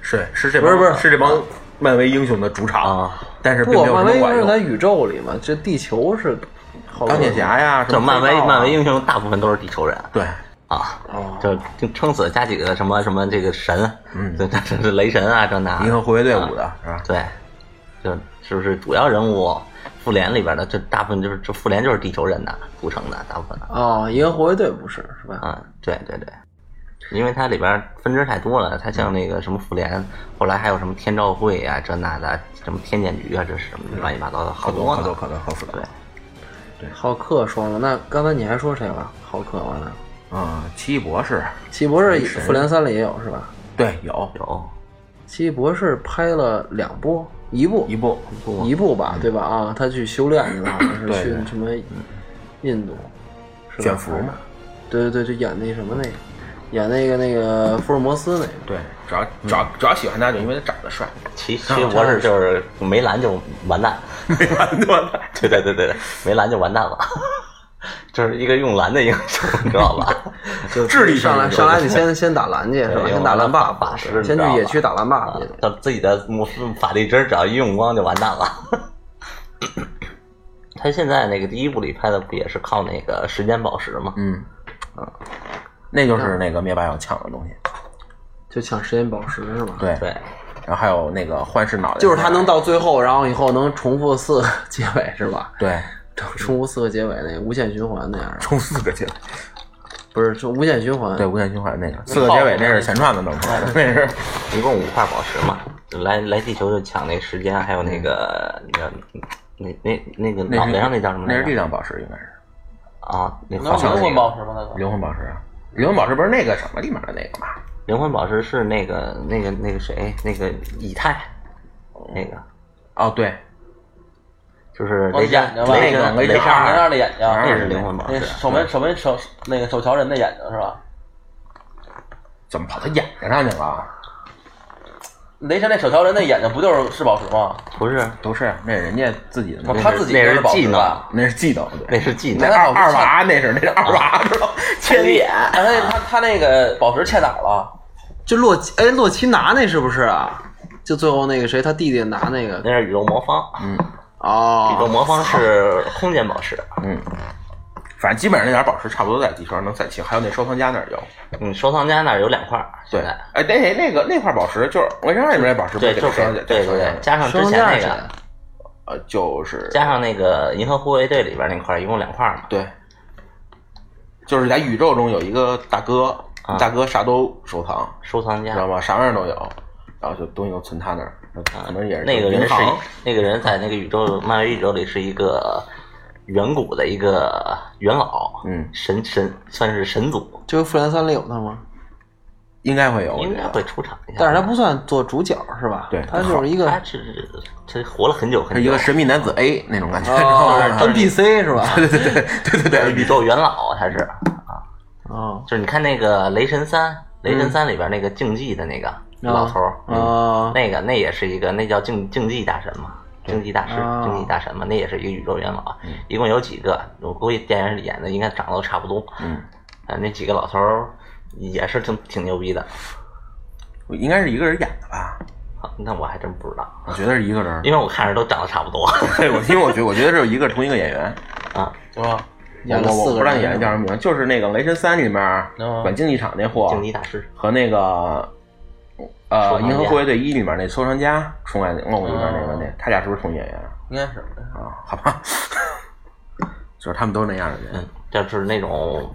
是是这
不
帮
是不是
是这帮漫威英雄的主场
啊，
但是并
不，
没有什
漫
么
威应该
管
是在
用。
宇宙里嘛，这地球是浩克
钢铁侠呀，什
就
么
漫威
飞，豹啊
漫威英雄大部分都是地球人
对，
啊，
哦
就就撑死加几个什么什么这个神，嗯， 这这这雷神啊，这那
银河护卫队伍的是吧？
对，就是不是主要人物，复联里边的这大部分就是这复联就是地球人的组成的大部分的
哦，银河护卫队不是是吧？
啊，对对对，因为它里边分支太多了，它像那个什么复联，后来还有什么天照会啊，这那的，什么天剑局啊，这是什么乱七八糟的，好
好多
多
好多
呢。
好多好复杂
对，
浩克说了，那刚才你还说谁了？浩克完了，
啊！奇异博士，
奇异博士复联三里也有是吧？
对，有
有
奇异博士拍了两部，一部
一部
不
一部吧，对吧？啊，他去修炼去了，好像是
嗯对
去
对
什么印度，是吧
卷福嘛，
对对对，就演那什么那个，演那个那个福尔摩斯那个。
对，主要主要主要喜欢他就因为他长得帅，
奇奇异博士就是没蓝就完蛋，
啊 没完多的。
对对对对对，没蓝就完蛋了， 这是一个用蓝的英雄，你知道 吧？
就
智力
上来
上哎
上来，你先先打蓝去是吧？
对
先打蓝
法
buff，
法师，你
先
知
去
道
野
吧
区打蓝 buff
嗯
去。
他啊自己的魔法力值只要一用光就完蛋了。 他现在那个第一部里拍的不也是靠那个时间宝石吗？
嗯，那就是那个灭霸要抢的东西。
就抢时间宝石是吧？，
对，
对，
然后还有那个幻视脑袋，
就是他能到最后，然后以后能重复四个 结尾是吧？
对
重复四个结尾那个无限循环那样的，
冲四个结尾，
不是就无限循环？
对无限循环那个嗯哦四个结尾，那是前传的弄出 来的，那是
一共五块宝石嘛，来来地球就抢那个时间，还有那个那个那那那个
嗯那
脑
是
袋上那叫什么
那
来
是
着？
力量宝石，应该是
啊，那
能
黄色
灵
那
魂
个
宝石吗？那个
灵魂宝石啊。灵魂宝石不是那个什么里面的那个吗？
灵魂宝石是那个那个那个谁那个以太，那个
哦，对，
就是
我
雷
眼
神
睛吧，
雷
那
神
个
雷
雷
神
神
那样的眼睛，
那是灵魂宝
那
石，
守门守门守那个守桥人的眼睛是吧？
怎么跑他眼睛上去了？啊
雷神那守桥人那眼睛不就是是宝石吗？
不是
都是啊那是人家自己的
不
那
是
是，
他自己
那
就是宝
技
石吧
能。
那是技能，
那
对，
是技
那
能。
二啊二娃那是那是二娃，知道吗？
千里眼，但是他他那个宝石欠哪儿了？
就洛基，哎，洛奇拿那是不是啊？就最后那个谁，他弟弟拿那个
那是宇宙魔方，
嗯
宇宙
哦，
魔方是空间宝石，
哦反正基本上那点宝石差不多在地球上能攒齐，还有那收藏家那儿有。
嗯，收藏家那儿有两块儿，
对
现在，
哎，那那个那块宝石就是我让里面那宝石，
对，就
收
是
藏家
对对
收藏家
对，加上之
收藏
前
家
那
是谁
个，
呃，就是
加上那个银河护卫队里边那块儿，一共两块儿嘛。
对，就是在宇宙中有一个大哥，
啊
大哥啥都收藏，
收藏
知
家
道吗？啥玩意儿都有，然后就东西都存他那儿，可能也是
啊那个人
银
是
行
那个人在那个宇宙漫威宇宙里是一个远古的一个元老，
嗯
神神算是神族，
就是复联三里有他吗？
嗯
应该会有，我
应
觉得
该会出场一下。
但是他不算做主角是吧？
对
他就是一个
他是他活了很久
是
很
一
久
个，神秘男子 A 那种感觉，
哦 NPC 是吧？
对对对对对对，
宇宙元老啊他是。
哦，
就是你看那个《雷神三》，《雷
嗯
神三》里边那个竞技的那个老头儿，
啊，
那个那也是一个，那叫竞竞技大神嘛，竞技大师，
啊嗯
竞技大神嘛，那也是一个宇宙元老。一共有几个？我估计电影里演的应该长得都差不多。
嗯，
啊，那几个老头儿也是挺挺牛逼的
应该是一个人演的吧？
啊那我还真不知道，
我觉得是一个人儿。
因为我看着都长得差不多
对，我因为我觉得我觉得是一个同一个演员，
啊。
是吧？
演了
我我
四
不
个
知道
人
演 员叫什么名，就是那个《雷神三》里面
嗯
管竞技场那货
竞技大师
和那个
收
呃《
藏家
银河护卫队一》里面那收藏家出来那哦弄里面那个
嗯
那，他俩是不是同一演员
应该是
啊？好吧， 就是他们都是那样的
嗯
嗯
人，
就是那种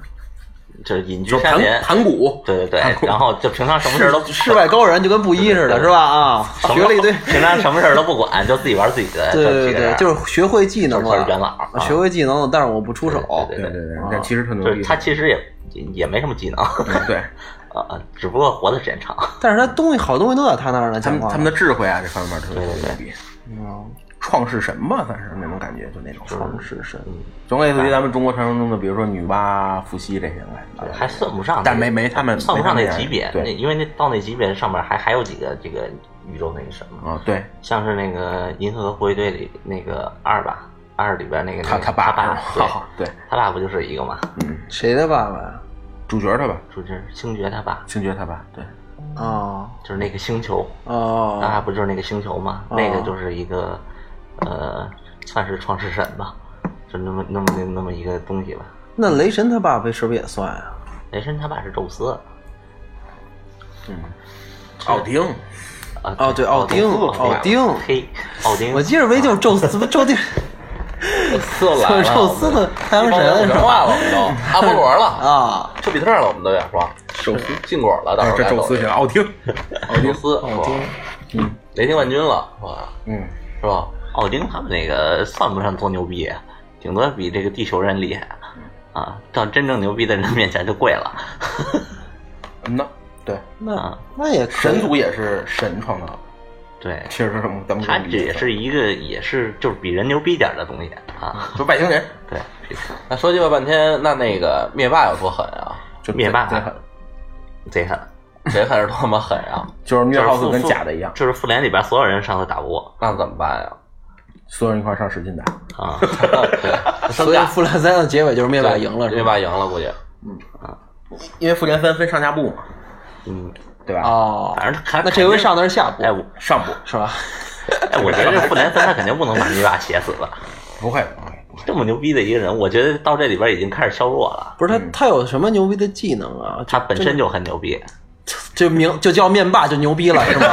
就是隐居
就是
山
盘
林，
盘古，
对对 对，然后就平常什么事儿都
世外高人就跟布衣似的，是吧？ 啊，
什么
学了一堆，
平常什么事儿都不管，就自己玩自己的，
对对对对，
就
就是学会技能
就是他
了
是元老啊，
学会技能了，但是我不出手。
对
对
对
对
对
对，但其实特牛
就是
逼，
他其实也也也没什么技能，
嗯对
啊，只不过活的时间长。
但是他东西好东西都在他那儿呢，
他
情
们
况
他们的智慧啊这方面特别
对对
牛
对
逼，
嗯
创世神吧，算是那种感觉，就那种
创世神，
总类似于咱们中国传说中的，比如说女娲、伏羲这些吧。
对还算不上那个，
但没没他们
算不上
没
那
他们那样
级别，
对
那因为那到那级别上面还还有几个这个宇宙那个什么，
啊，对，
像是那个《银河护卫队》里那个二吧，二里边那个
他
那个
他
爸
爸，
对
好好对，嗯
他爸不就是一个嘛，
谁的爸爸呀？
主角他吧，
就是星爵他爸，
星爵他爸，对，
哦
就是那个星球，他爸
哦，
不就是那个星球嘛，
哦
那个就是一个呃，算是创世神吧，就那么那么那么那么一个东西吧。
那雷神他爸爸是不是也算啊？
雷神他爸是宙斯，
嗯奥丁，
啊，
哦对奥丁
奥
奥丁
嘿，奥丁，
我记着没就是宙斯，宙斯，
四来
就是
了，
宙斯的太阳神是吧？
神话了，我们 都阿波罗了，
啊，
丘比特了，我们都得 说，宙斯 禁果了，到时候
哎这宙斯去了，奥丁，
该宙斯，
哦
奥丁，雷霆冠军了，是吧？
嗯，
是吧？
奥丁他们那个算不上多牛逼，啊顶多比这个地球人厉害啊。到真正牛逼的人面前就跪了。
那对，
啊
那那也可
神
以。
族也是神创造的，
对，
其实咱们
嗯
咱们
他这也是一个，也是就是比人牛逼点儿的东西啊。
就外星 人，
对，
那说鸡巴半天，那那个灭霸有多狠啊？
就
灭霸
贼狠，
贼狠，
谁狠是多么狠啊？
就是虐
就是
耗子
复
跟假的一样，
就是复联里边所有人上次打不过
那怎么办呀？
所有人一块上使劲打，
啊。
啊所以复联三的结尾就是灭霸赢了，
灭
是吧？
霸赢了，估计
因为复联三分上下部嘛，啊
嗯，
对吧？
哦，
反正他
那这回上的是下部
哎我
上部
是吧？
哎，我觉得这复联三他肯定不能把灭霸写死了。
不会不会，不会
这么牛逼的一个人，我觉得到这里边已经开始削弱了。
不是他
嗯
他有什么牛逼的技能啊？
他本身就很牛逼，
就名就叫面霸就牛逼了是吗？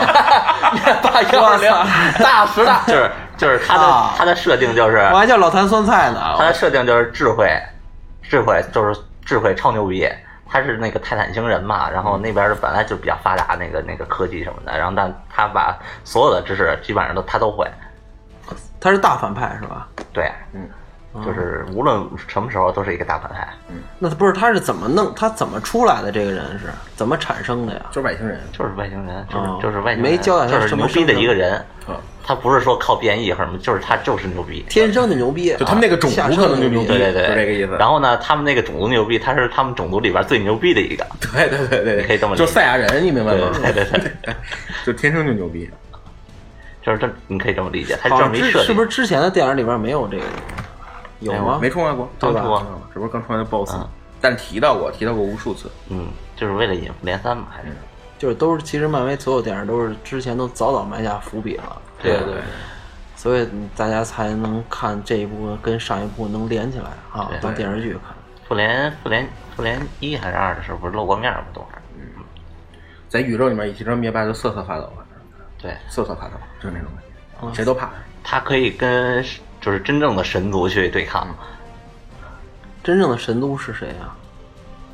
大幺二零 大十大，
就是就是他的、
啊
他的设定就是
我还叫老坛酸菜呢。
啊
他的设定就是智慧，智慧就是智慧超牛逼。他是那个泰坦星人嘛，然后那边儿本来就比较发达，那个那个科技什么的，然后但他把所有的知识基本上都他都会，
他是大反派是吧？
对，嗯，就是无论什么时候都是一个大反派，
那他不是他是怎么弄？他怎么出来的？这个人是怎么产生的呀？
就是外星人，
就是外星人，就是、
哦
就是外星人，
没交代他
就是
什
牛
么
逼的一个人
嗯，
他不是说靠变异或者什么，就是他就是牛逼，
天生就牛逼，啊
就他们那个种族
下生
可能就牛逼
逼
对对对，
就这个意思
然后呢，他们那个种族牛逼，他是他们种族里边最牛逼的一个，
对对对对，
你可以这么理解
就赛亚人，你明白
对
吗？
对对对，
就天生就牛逼，
就是这，你可以这么理解，他
好
这
像
么一
之
设定，
是不是之前的电影里边没有这个？有啊吗？
没出来过，
当初啊，
这不是刚出来的 BOSS，
嗯
但是提到过，提到过无数次。
嗯，就是为了引复联三嘛，还是
就是都是其实漫威所有电影都是之前都早早埋下伏笔了，
对
啊
对，
所以大家才能看这一部跟上一部能连起来啊，当电视剧看。
复联复联复联一还是二的时候不是露过面吗？都是，
在宇宙里面，一提到灭霸就瑟瑟发抖了，
对
瑟瑟发抖，就是那种感觉，谁都怕。
他可以跟就是真正的神族去对抗，
真正的神都是谁啊？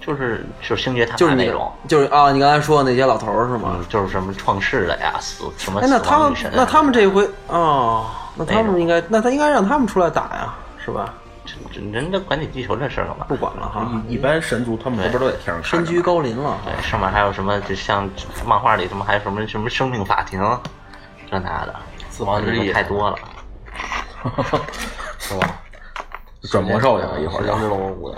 就是就是星爵他
就是
爸
你
那种。，
就是啊，你刚才说的那些老头儿是吗？
嗯，就是什么创世的呀，死什么
哎，
死
那他
亡
们
女神啊、
那他们这回哦，那他
那
们
种
应该那他应该让他们出来打呀，是吧？
这人家管你地球这事儿干嘛
不？管了
嗯
哈，
嗯一一般神族他们那边都在天上看
嗯身
着
居高临了。
对，上面还哎有什么？就像漫画里他们还有什么什么生命法庭，这那的，
死亡之翼
太多了。
是吧？
转 魔兽去了，一会儿
时
啊就
间之龙五的，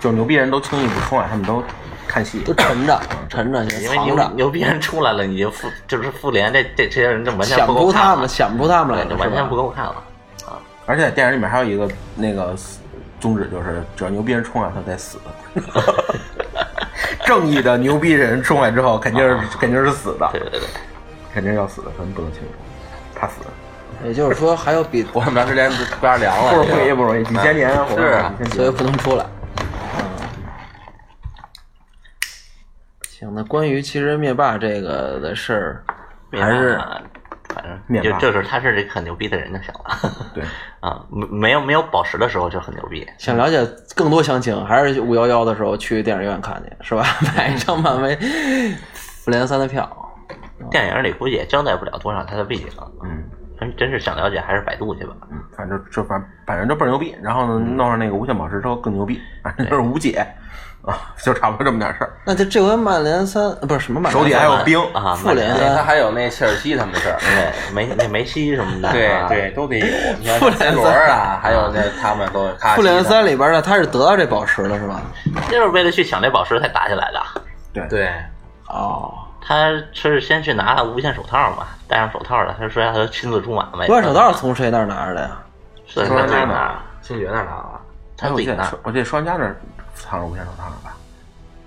就是牛逼人都轻易不冲啊，他们都看戏
都。沉着，沉着，
因为
藏
牛
着，
牛逼人出来了，你就复就是复联这这这些人就完全
想
不
不
够
出
看
他
了
们，，想不出他们来
对，
了，
就完全不
够。
够看了。
而且在电影里面还有一个那个宗旨，就是只要牛逼人冲啊，他得死。 正义的牛逼人冲来之后，肯定是肯定是死的，
对对对，
肯定是要死的，咱们不能轻松，怕死。
也就是说还有 比，
我们俩之前不要凉
不
了，
容易，不容易，几千年啊，
是啊
几千
哎所以
年。
不能出来。嗯行，那关于其实灭霸这个的事儿，还是
啊反正
面
就
霸
就是他是这个很牛逼的人就行了。
对，
啊，没没有没有宝石的时候就很牛逼。
想了解更多详情，还是五幺幺的时候去电影院看去，是吧？ 买一张漫威复联三的票。
电影里估计也交代不了多少他的背景。嗯，真真是想了解还是百度去吧。
嗯反正就反反正就倍儿牛逼，然后
嗯
呢，弄上那个无限宝石之后更牛逼，反正就是无解啊，就差不多这么点事儿。
那这这回曼联三呃不是什么曼联三
手底还有冰
啊，
复联
对他
三，
还有那切尔西他们的事儿，
嗯
对梅那梅西什么的，
对
啊
对，都得有。 你看
复联三
C 罗啊，还有那他们都
复联三里边的他是得到这宝石了是吧？
就是为了去抢这宝石才打起来的。
对，
哦，
他是先去拿了无限手套嘛，戴上手套了，他说他亲自出马嘛。
无限手套从谁那儿拿着的呀？
是他自己
从他那儿
拿，
星爵那儿拿了。
他
哎，我
自
记
己
得
拿
说，我记得双家那儿藏着无限手套了吧？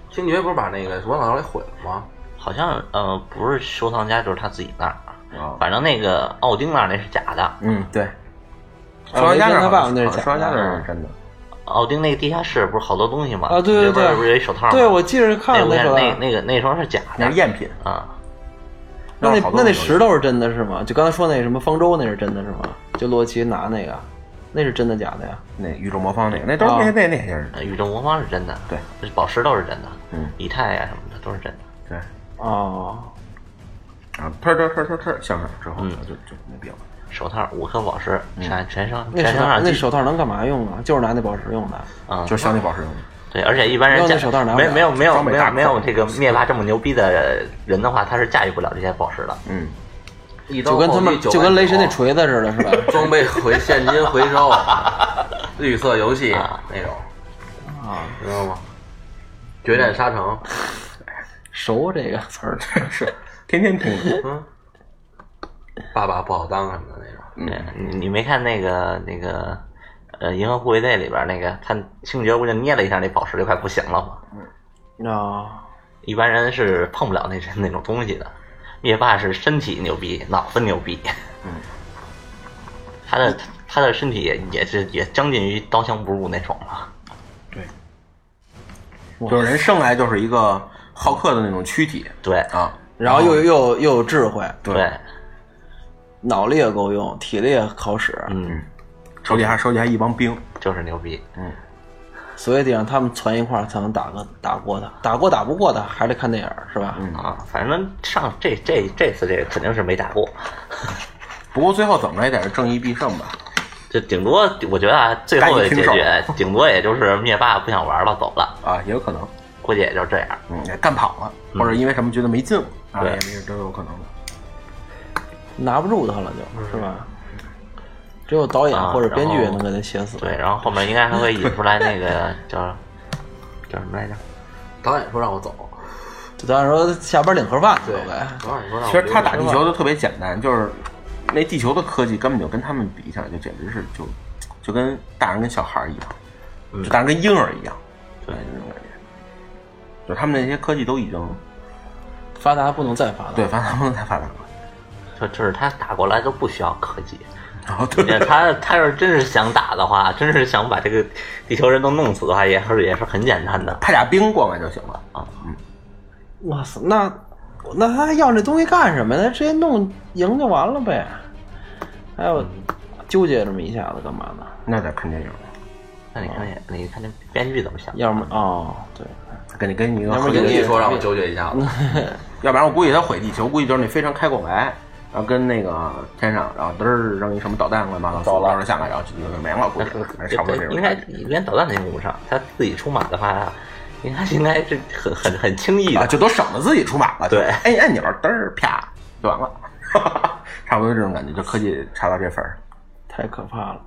星爵不是把那个王老给毁了吗？
好像呃不是收藏家就是他自己那儿，
啊，
反正那个奥丁那儿那是假的，
嗯，对，
啊
双家
我记得
那儿
他
好
爸爸
像
那啊是
好
假
像双家
的
那儿是真的。
奥丁那个地下室不是好多东西吗？
啊对对
里边
对
不是有一手套吗？
对，我记着看
那
了
无
那啊
限
手
那
套。
那个那双是假
那
的
是赝品，
啊。
那那
那是好多
那那
东西
石头是真的是吗？就刚才说那什么方舟那是真的是吗？就洛奇拿那个，那是真的假的呀？
那宇宙魔方那个，那都是
啊
那那那些人。
呃宇宙魔方是真的，
对，
宝石都是真的，
嗯
以太啊呀、什么的都是真的。
对，
哦，
啊，嘚儿嘚儿嘚儿嘚儿嘚儿，镶上之后
嗯
就就没病了。
手套五颗宝石，全全身
那
全身
手套
上
那
系
手套能干嘛用啊？就是拿那宝石用的。
啊，
就镶那宝石用的。
对，而且一般人
要那
驾
手套拿不
没
了
没有没有
装备
没
大
有
款
没有这个灭霸这么牛逼的人的话，他是驾驭不了这些宝石的。
嗯，
一刀
就跟他
暴
们
击
就跟雷神那
999
锤啊子似的，是 吧？
装 备回现金回收，绿色游戏那种，
啊，
知道吗？决战沙城，
熟这个词儿，啊
是天天听。
嗯，爸爸不好当什么的那种。
对，你你没看那个那个呃《银河护卫队》里边那个他星爵不就捏了一下那宝石就快不行了吗？
啊，
一般人是碰不了那些 那种东西的。灭霸是身体牛逼，脑子牛逼。嗯，他的他的身体也也是也将近于刀枪不入那种了。
就是人生来就是一个好客的那种躯体
对
啊，
然后又又又有智慧，
对，
脑力也够用，体力也好使，
嗯，
手底下手底下一帮兵，
就是牛逼。
嗯
所以得让他们攒一块儿才能打个打过他，打过打不过他还得看电影儿，是吧？
啊，反正上这这这次这个肯定是没打过，
不过最后怎么着也得是正义必胜吧？
就顶多我觉得啊，最后的结
赶
局顶多也就是灭霸不想玩了走了，
啊，也有可能，
估计也就这样。
嗯，也干跑了，或者因为什么觉得没劲了啊，
对
也是都有可能的。
拿不住他了就，是吧？只有导演
嗯啊
或者编剧
然
能
后
给他写死。
对，然后后面应该还会引出来那个叫叫什么来着？
导演说让我走，
就当时说下班领盒饭去
对
了，呗。
导演说让我留着。
其实他打地球都特别简单，就是那地球的科技根本就跟他们比起来，就简直是就就跟大人跟小孩儿一样，就大人跟婴儿一样，嗯对那种感觉，就他们那些科技都已经
发达不能再发达。
对，反正他们太发达了。
就就是他打过来都不需要科技，
然 后对
也他他要是真是想打的话，真是想把这个地球人都弄死的话，也是也是很简单的。
派俩兵过来就行了。
哇塞，那那他还要这东西干什么呀？直接弄赢就完了呗。还有纠结这么一下子干嘛呢？
那得看电影，
那你看也你看这编剧怎么想？
要么哦，对，
跟你跟你一个
要不
合
就
理
跟
的
你说让我纠结一下子，
要不然我估计他毁地球，估计就是那飞船开过来，然后跟那个天上，然后嘚儿扔一什么导弹乱七八糟，走了下来，然后就就没了，估计 还是差不多这种。
应该连导弹都用不上，他自己出马的话，应该应该是很很很轻易的。
啊，就都省得自己出马了，
对
按一按钮嘚儿啪就完了， 差不多这种感觉，就科技差到这份儿。
太可怕了。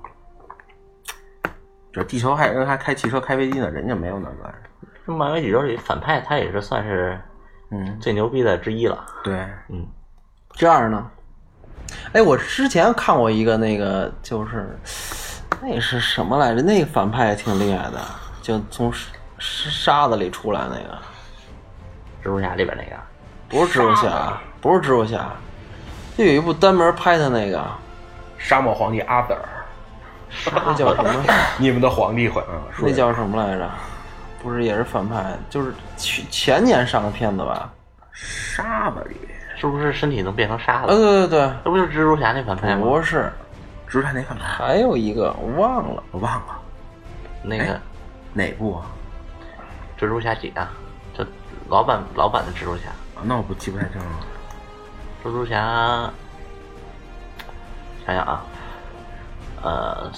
就地球还人还开汽车开飞机呢，人家没有那个玩意儿。
漫威宇宙里反派他也是算是
嗯，
最牛逼的之一了。
对，
这样呢？哎，我之前看过一个那个，就是那是什么来着？那个反派也挺厉害的，就从沙沙子里出来那个，
蜘蛛侠里边那个，
不是蜘蛛侠，啊不是蜘蛛侠，就有一部单门拍他那个，
沙漠皇帝阿德尔，
啊
那叫什么？
你们的皇帝会啊，说
那叫什么来着？不是也是反派，就是去前年上的片子吧？
沙吧里面，
是不是身体能变成沙
呃，
子？
对对
那不就是蜘蛛侠那反派
对，
吗？
不是，
蜘蛛侠哪反派？
还有一个我忘了，
我忘了
那个
哪部啊？
蜘蛛侠几啊？就老版老版的蜘蛛侠，
啊那我不记不太清了。
蜘蛛侠，想想啊，呃，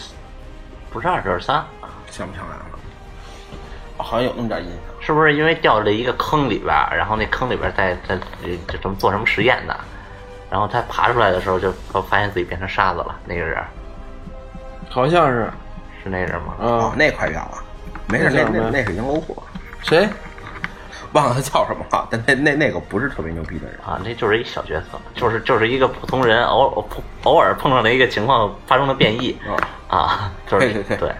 不是二就是三，
想不起来了，哦好像有那么点印象。
是不是因为掉了一个坑里边儿，然后那坑里边儿在在这怎么做什么实验呢？然后他爬出来的时候就发现自己变成沙子了，那个人
好像是，
是那人吗？
哦
啊，，
那快远了，没事，
那
那
叫什么
那
呀
那是英欧火，
谁？
忘了他叫什么了，但那那那个不是特别牛逼的人。
啊，那就是一小角色，就是就是一个普通人偶偶偶尔碰上的一个情况发生的变异
啊，
啊，就是
对对对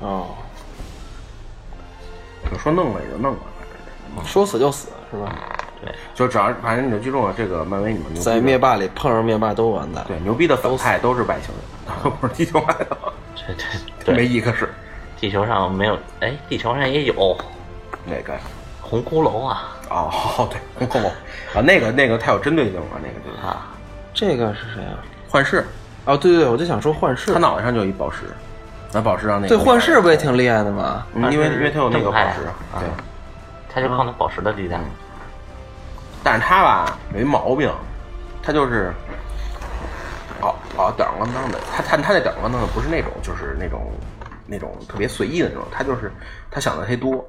哦，
就说弄了也就弄了，反正
说死就死是吧？
对
就只要反正你就记住了，这个漫威里面牛逼的
在灭霸里碰上灭霸都完蛋。
对牛逼的反派都是外星人，不是地球来的，
对对
没
对，
一个是
地球上没有，哎，地球上也有
哪个呀？
红骷髅啊
哦， 对，红恐龙啊，那个那个太有针对性了，那个就是
啊，
这个是谁啊？
幻视，
哦，对对对，我就想说幻视
他，脑袋上就有一宝石，那宝石让那个
对幻视不也挺厉害的吗？
嗯因为因为他有那个宝石
正派啊，
对，
他就靠那宝石的力量，
嗯但是他吧有一毛病，他就是，哦哦，吊儿郎当的。他他他那吊儿郎当的不是那种，就是那种那种特别随意的那种，他就是他想的忒多。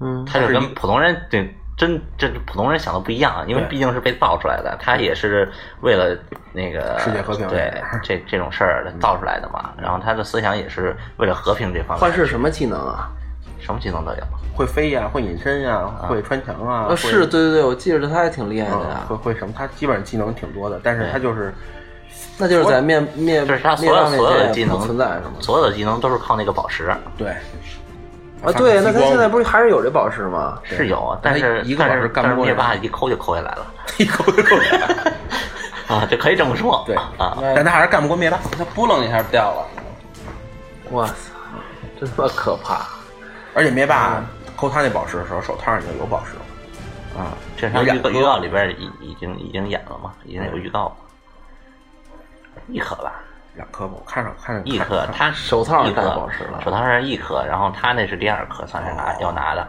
嗯，
他就跟普通人对真这普通人想的不一样，啊因为
对
毕竟是被造出来的，他也是为了那个
世界和平嗯
对这这种事儿造出来的嘛。然后他的思想也是为了和平这方面，
幻视什么技能啊？
什么技能都有。
会飞呀、会隐身呀、会穿墙啊，
啊，
会
是对对对，我记着他还挺厉害的
嗯，
呀
会。会什么？他基本上技能挺多的，但是他就是
那就是在面面
就是他所
面
有
上面
所有的技能
不存在是吗？
所有的技能都是靠那个宝石，
对
啊，对，那他现在不是还是有这宝石吗？
是有，啊但是
他一个
但
宝
是
石干
但是
不过
灭
来
霸一抠就抠下来了
一口 一口，
啊，这可以这么说，
对
啊，
但他还是干不过灭霸。
它扑棱一下掉了，
我操，真他妈可怕！
而且灭
嗯
霸抠他那宝石的时候，手套上已经有宝石了。啊，
这上
有
预
两
告
个
预告里边已已经已经演了嘛，已经有预告了，一颗吧，
两颗吧，我看上看上
一
看
颗，
啊
看
他
手套上
一颗
带宝石了
手套上是一颗，然后他那是第二颗，算是拿要拿的，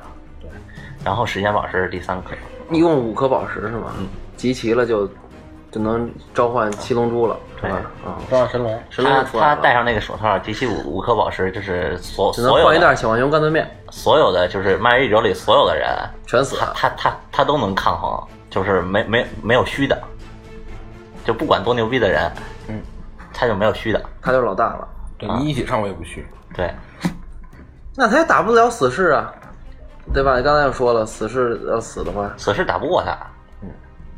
然后时间宝石是第三颗，
一共五颗宝石是吗？
嗯
集齐了就就能召唤七龙珠了，是吧？啊，
召唤神龙，神
他
龙出来
他
了。
戴上那个手套，集齐五五颗宝石，就是所
只能
所有
换一
的
袋小浣熊干脆面，
所有的就是漫威宇宙里所有的人，
全死
他他他他都能抗衡，就是没没没有虚的，就不管多牛逼的人，
嗯，
他就没有虚的，
他就是老大了。
对你一起上我也不去。
对，
那他也打不了死士啊，对吧？你刚才又说了，死士要死的话，
死士打不过他，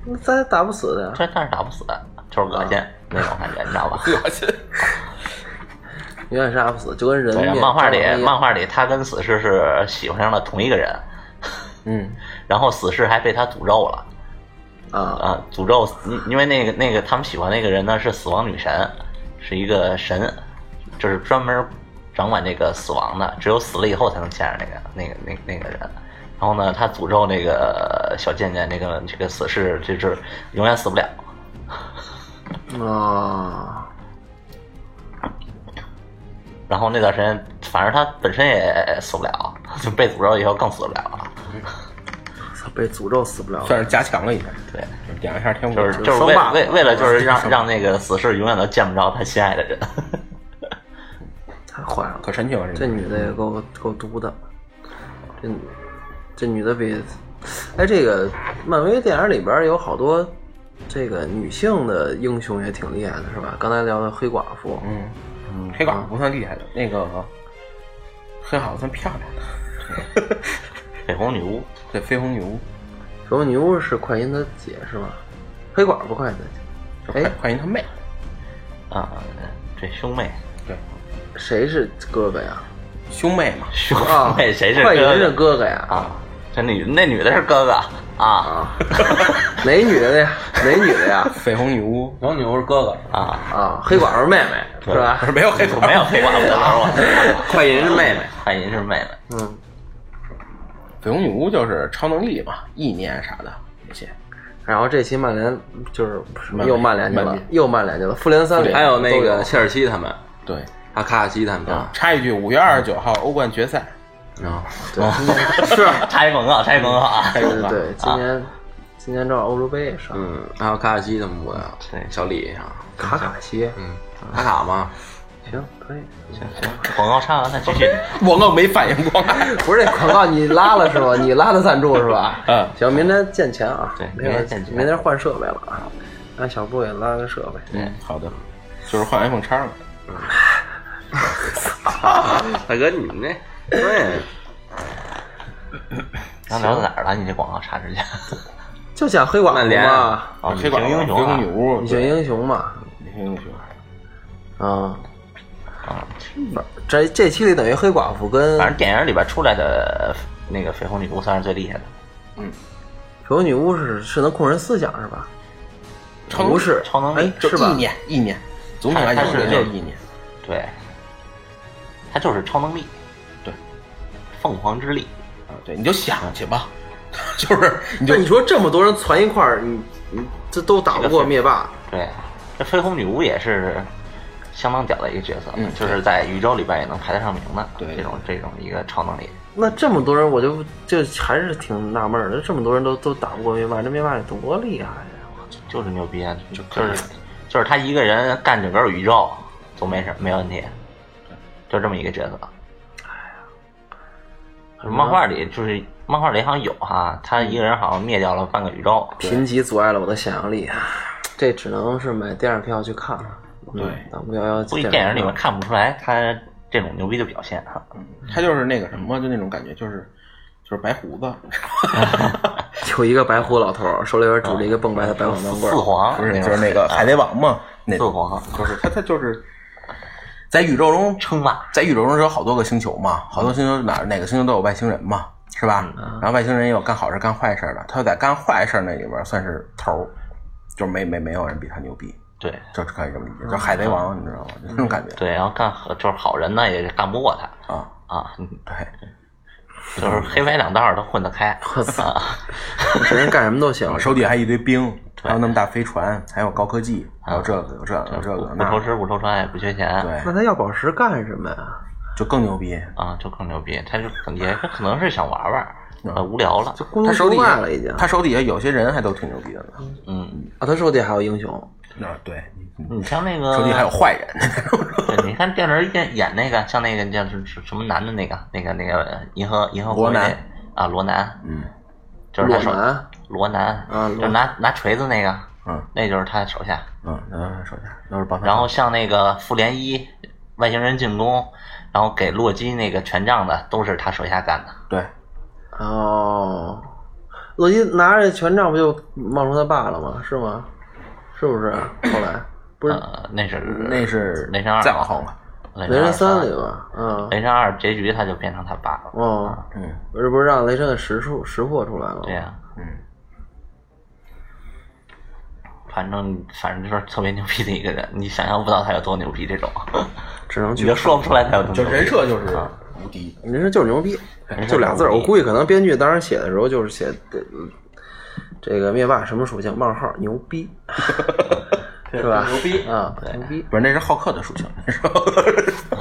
那他也打不死的呀。
但但是打不死，就是恶心、那种感觉，你知道吧？
永远杀不死，就跟人
对，啊
面
漫画里
一样
漫画里他跟死士是喜欢上了同一个人，
嗯，
然后死士还被他诅咒了
啊，
啊，诅咒，因因为那个那个他们喜欢那个人呢是死亡女神，是一个神，就是专门掌管那个死亡的，只有死了以后才能见着那个那个那那个人。然后呢，他诅咒那个小贱贱，那个这个死士就是永远死不了。
啊，
然后那段时间，反正他本身也死不了，就被诅咒以后更死不了了。
操被诅咒死不 了了。
算是加强了一下，
对，
点一下天赋。
嗯就是嗯就是为为为了就是让让那个死士永远都见不着他心爱的人。
太坏了，
可深情了，
这
这个
女的也够够毒的，这这女的比，哎，这个漫威电影里边有好多这个女性的英雄也挺厉害的，是吧？刚才聊的黑寡妇，
嗯嗯， 黑寡妇不算厉害的，那个黑寡妇算漂亮的。
绯红女巫，
对，绯红女巫，
什么女巫是快银的姐是吧？黑寡妇快银的姐，
就
哎
快快银他妹，
啊、这兄妹，
对，
谁是哥哥呀？
兄妹嘛，
兄
啊
哎妹谁是
快银
哥
是
哥
哥哥呀？
啊？这女那女的是哥哥啊
哪女的呀？哪女的呀？
绯红女巫，
王牛是哥哥，
啊，
啊，黑寡妇妹妹是吧？
没有黑寡没有黑寡妇我
快银是妹妹，
快银是妹妹，
嗯
绯红女巫就是超能力嘛，意念啥的那些。
然后这期曼联就是又曼联去
曼
了
联，
又曼联去了。复联三里
还有那
都
个 切尔西他们，
对，
阿卡卡西他们啊，
插一句，五月二十九号欧冠决赛，
啊，
是 插一广告，插一广告 啊，
还有 吧？
对，今年今年正好欧洲杯也上，
嗯，还有卡卡西他们过呀，
对
小李啊，
卡卡西
嗯，卡卡嘛，
行可以。
行行，广告插完了，继 续。
我愣没反应过 来。
不是这广告你拉了是吧？你拉的赞助是吧？
嗯
行，明天见钱啊。
对
明
明天见钱
明天换设备了啊。让小布也拉个设备。
嗯，好的，就是换 iPhone 叉了。
大哥你们 这，对，
刚聊到哪儿了？你这广告插之前，
就讲黑寡
曼
妇
联
嘛，
哦，
黑寡
女性英雄
绯
啊
红女巫，
女性英雄嘛，
女性英雄。
啊啊，这这期里等于黑寡妇跟
反正电影里边出来的那个绯红女巫算是最厉害的。
绯红女巫是是能控人思想是吧？
超能力
不是，
超能力
哎，
就是
吧
意？念，意念，总体来
他
讲
他是
就是意念。
对，她就是超能力，
对，
凤凰之力。
啊，对，你就想去吧， 就是你就
那你说这么多人攒一块儿，你你这都打不过灭霸，
对，这绯红女巫也是相当屌的一个角色，
嗯
就是在宇宙里边也能排得上名的，
对
这种这种一个超能力。
那这么多人，我就就还是挺纳闷儿的，这么多人都都打不过灭霸，这灭霸得多厉害呀！
就是牛逼啊！就就是就是他一个人干整个宇宙都没事没问题，就这么一个角色。哎呀，漫画里就是漫画里好像有哈，他一个人好像灭掉了半个宇宙。
贫瘠阻碍了我的想象力，啊这只能是买电影票去看了。
对
嗯，咱们幺幺
所以电影里面看不出来他这种牛逼的表现哈。
他就是那个什么，就那种感觉，就是就是白胡子，
有一个白胡老头儿，手里边拄着一个蹦白的白火光棍
嗯四
儿，
皇
不是就是那个海贼王嘛，那
四
种
皇
就是他他就是在宇宙中
称霸，
在宇宙中是有好多个星球嘛，好多星球哪哪个星球都有外星人嘛，是吧？然后外星人也有干好事干坏事的，他在干坏事那里边算是头儿，就没没没有人比他牛逼，
对
就是可以这么理解，就海贼王，你知道吗？就那种感觉
对，然后干好就是好人呢也干不过他
啊，
啊，
对。嗯
就是黑白两道儿都混得开。啊，
这人干什么都行。
手底下还一堆兵，还有那么大飞船，还有高科技，还有这个有这个有这
不
个
不
那
愁
个，
吃不愁穿也不缺钱。
那
对，
他要宝石干什么呀？
就更牛逼。
啊，就更牛逼。他就可能也可能是想玩玩，呃，无聊了，
功
他
成
手
不
底
败
下
了已经。
他手底下有些人还都挺牛逼的呢。
嗯，
啊，他手底下还有英雄，
啊，对，
你像那个
手底下还有坏人。
对，你看电影演演那个，像那个叫什什么男的那个，那个那个银河银河护卫
罗
队
南
啊，罗南，
嗯，
就是他
裸
手
男
罗南，
啊罗
就是拿拿锤子那个，
嗯，
那就是他手下。
嗯，那手下都是帮他。
然后像那个复联一，外星人进攻，然后给洛基那个权杖的，都是他手下干的。
对，
哦，洛基拿着权杖不就冒充他爸了吗？是吗？是不是？后来不是
呃，那是
那是
雷神二
再往后了。
雷
雷神
二哎
三里吧？嗯，
雷神二结局他就变成他爸了。
哦，
嗯，
不是不是让雷神给识出识破出来了吗？
对呀、
嗯，
反正反正就是特别牛逼的一个人，你想象不到他有多牛 逼，这种
只能
你
去
就。说不出来他有多牛逼。
就人设就是
啊
无敌。
你说就是牛逼，
人设
就俩字儿。
牛
我
逼
估计可能编剧当时写的时候就是写的，嗯这个灭霸什么属性？冒号牛逼，是吧？牛逼啊，牛逼。
不是，那是浩克的属性，那是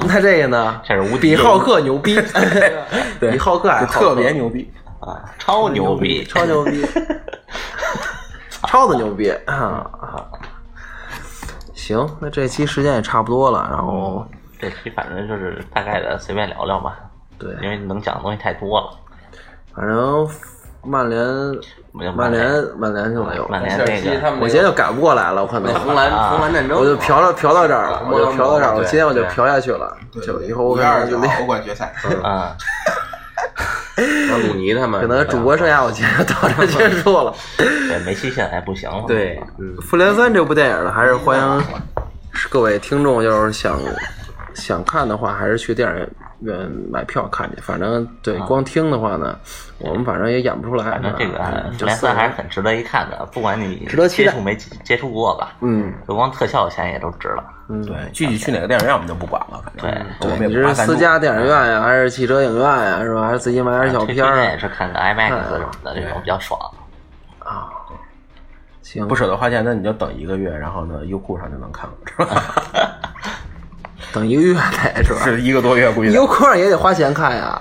那这个呢？
这是无
比
敌
浩克牛 逼，
对
比浩克还
就
浩克
特别牛逼。
啊，超牛逼，
超牛逼，超的牛逼啊！行，那这期时间也差不多了，然后
这期反正就是大概的随便聊聊吧，
对，
因为能讲的东西太多了。
反正曼联，
没有
曼
曼联
联，曼联就没有
曼
了。
联
切尔
那
西他
个，
们
我
那
今天
个
就改不过来了，我可能
红蓝红蓝战争，
我就嫖了嫖到这儿了，我就嫖到这儿，
对
我今天我就嫖下去了，就以后我
五
可
月二十
能就
九号
那嗯
欧冠决赛，
啊，
让鲁尼他们，
可能主播生涯我今天到这儿结束了。
对，梅西现在不行了。
对，嗯，
《复联三》这部电影呢，还是欢迎各位听众，要是想想看的话，还是去电影呃买票看去。反正对，光听的话呢，我们反正也演不出来。
反正这个
啊就
莱
四
斯
个
还是很值得一看的，不管你
值得期
接
待
触没接触过吧，
嗯，
就光特效钱也都值了。
对，具体去哪个电影院我们就不管了，反正嗯
对，
我们也
你
不
是
怕赞助
私家电影院呀，还是汽车影院呀，是吧？还是自己买点小
推
片
推
儿
荐也
啊？
是看个 IMAX 什么的这种比较爽。
啊行，
不舍得花钱，那你就等一个月，然后呢，优酷上就能看了，是吧？
等一个月得是吧？
是一个多月，估计得
优酷上也得花钱看呀。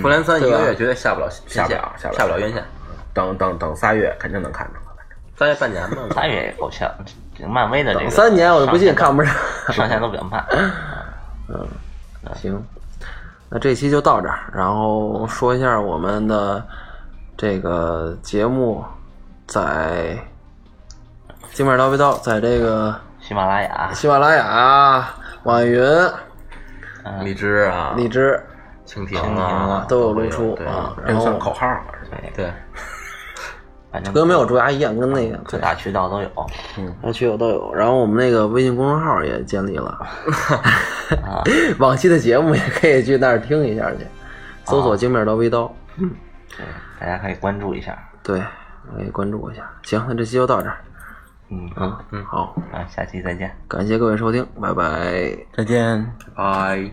复联三一
对
个
吧
月绝嗯对下不了下
不了下不了
下不了院线，
等等等仨月肯定能看着了。
大概半年 吧。
三月也够呛，这漫威的这个
等三年我就不信看不上。
上线都比较慢。
行，那这期就到这儿，然后说一下我们的这个节目在《金面叨逼叨》在这个
喜马 拉雅、
喜马拉雅、网易云、
荔枝啊，
荔枝
蜻蜓
蜻蜓
啊
啊
都有露出
对
啊，
这
然
就算
后
口号了，是吧？
对，
反正
跟没有蛀牙一样，跟那个
各
对。
大渠道都有。
啊，群友都有，然后我们那个微信公众号也建立了，往期的节目也可以去那儿听一下去，搜索“精面叨逼叨”，
对，大家可以关注一下。
对，可以关注我一下。行，那这期就到这儿，
嗯，
嗯，好，
啊，下期再见。
感谢各位收听，拜拜。
再见。
拜。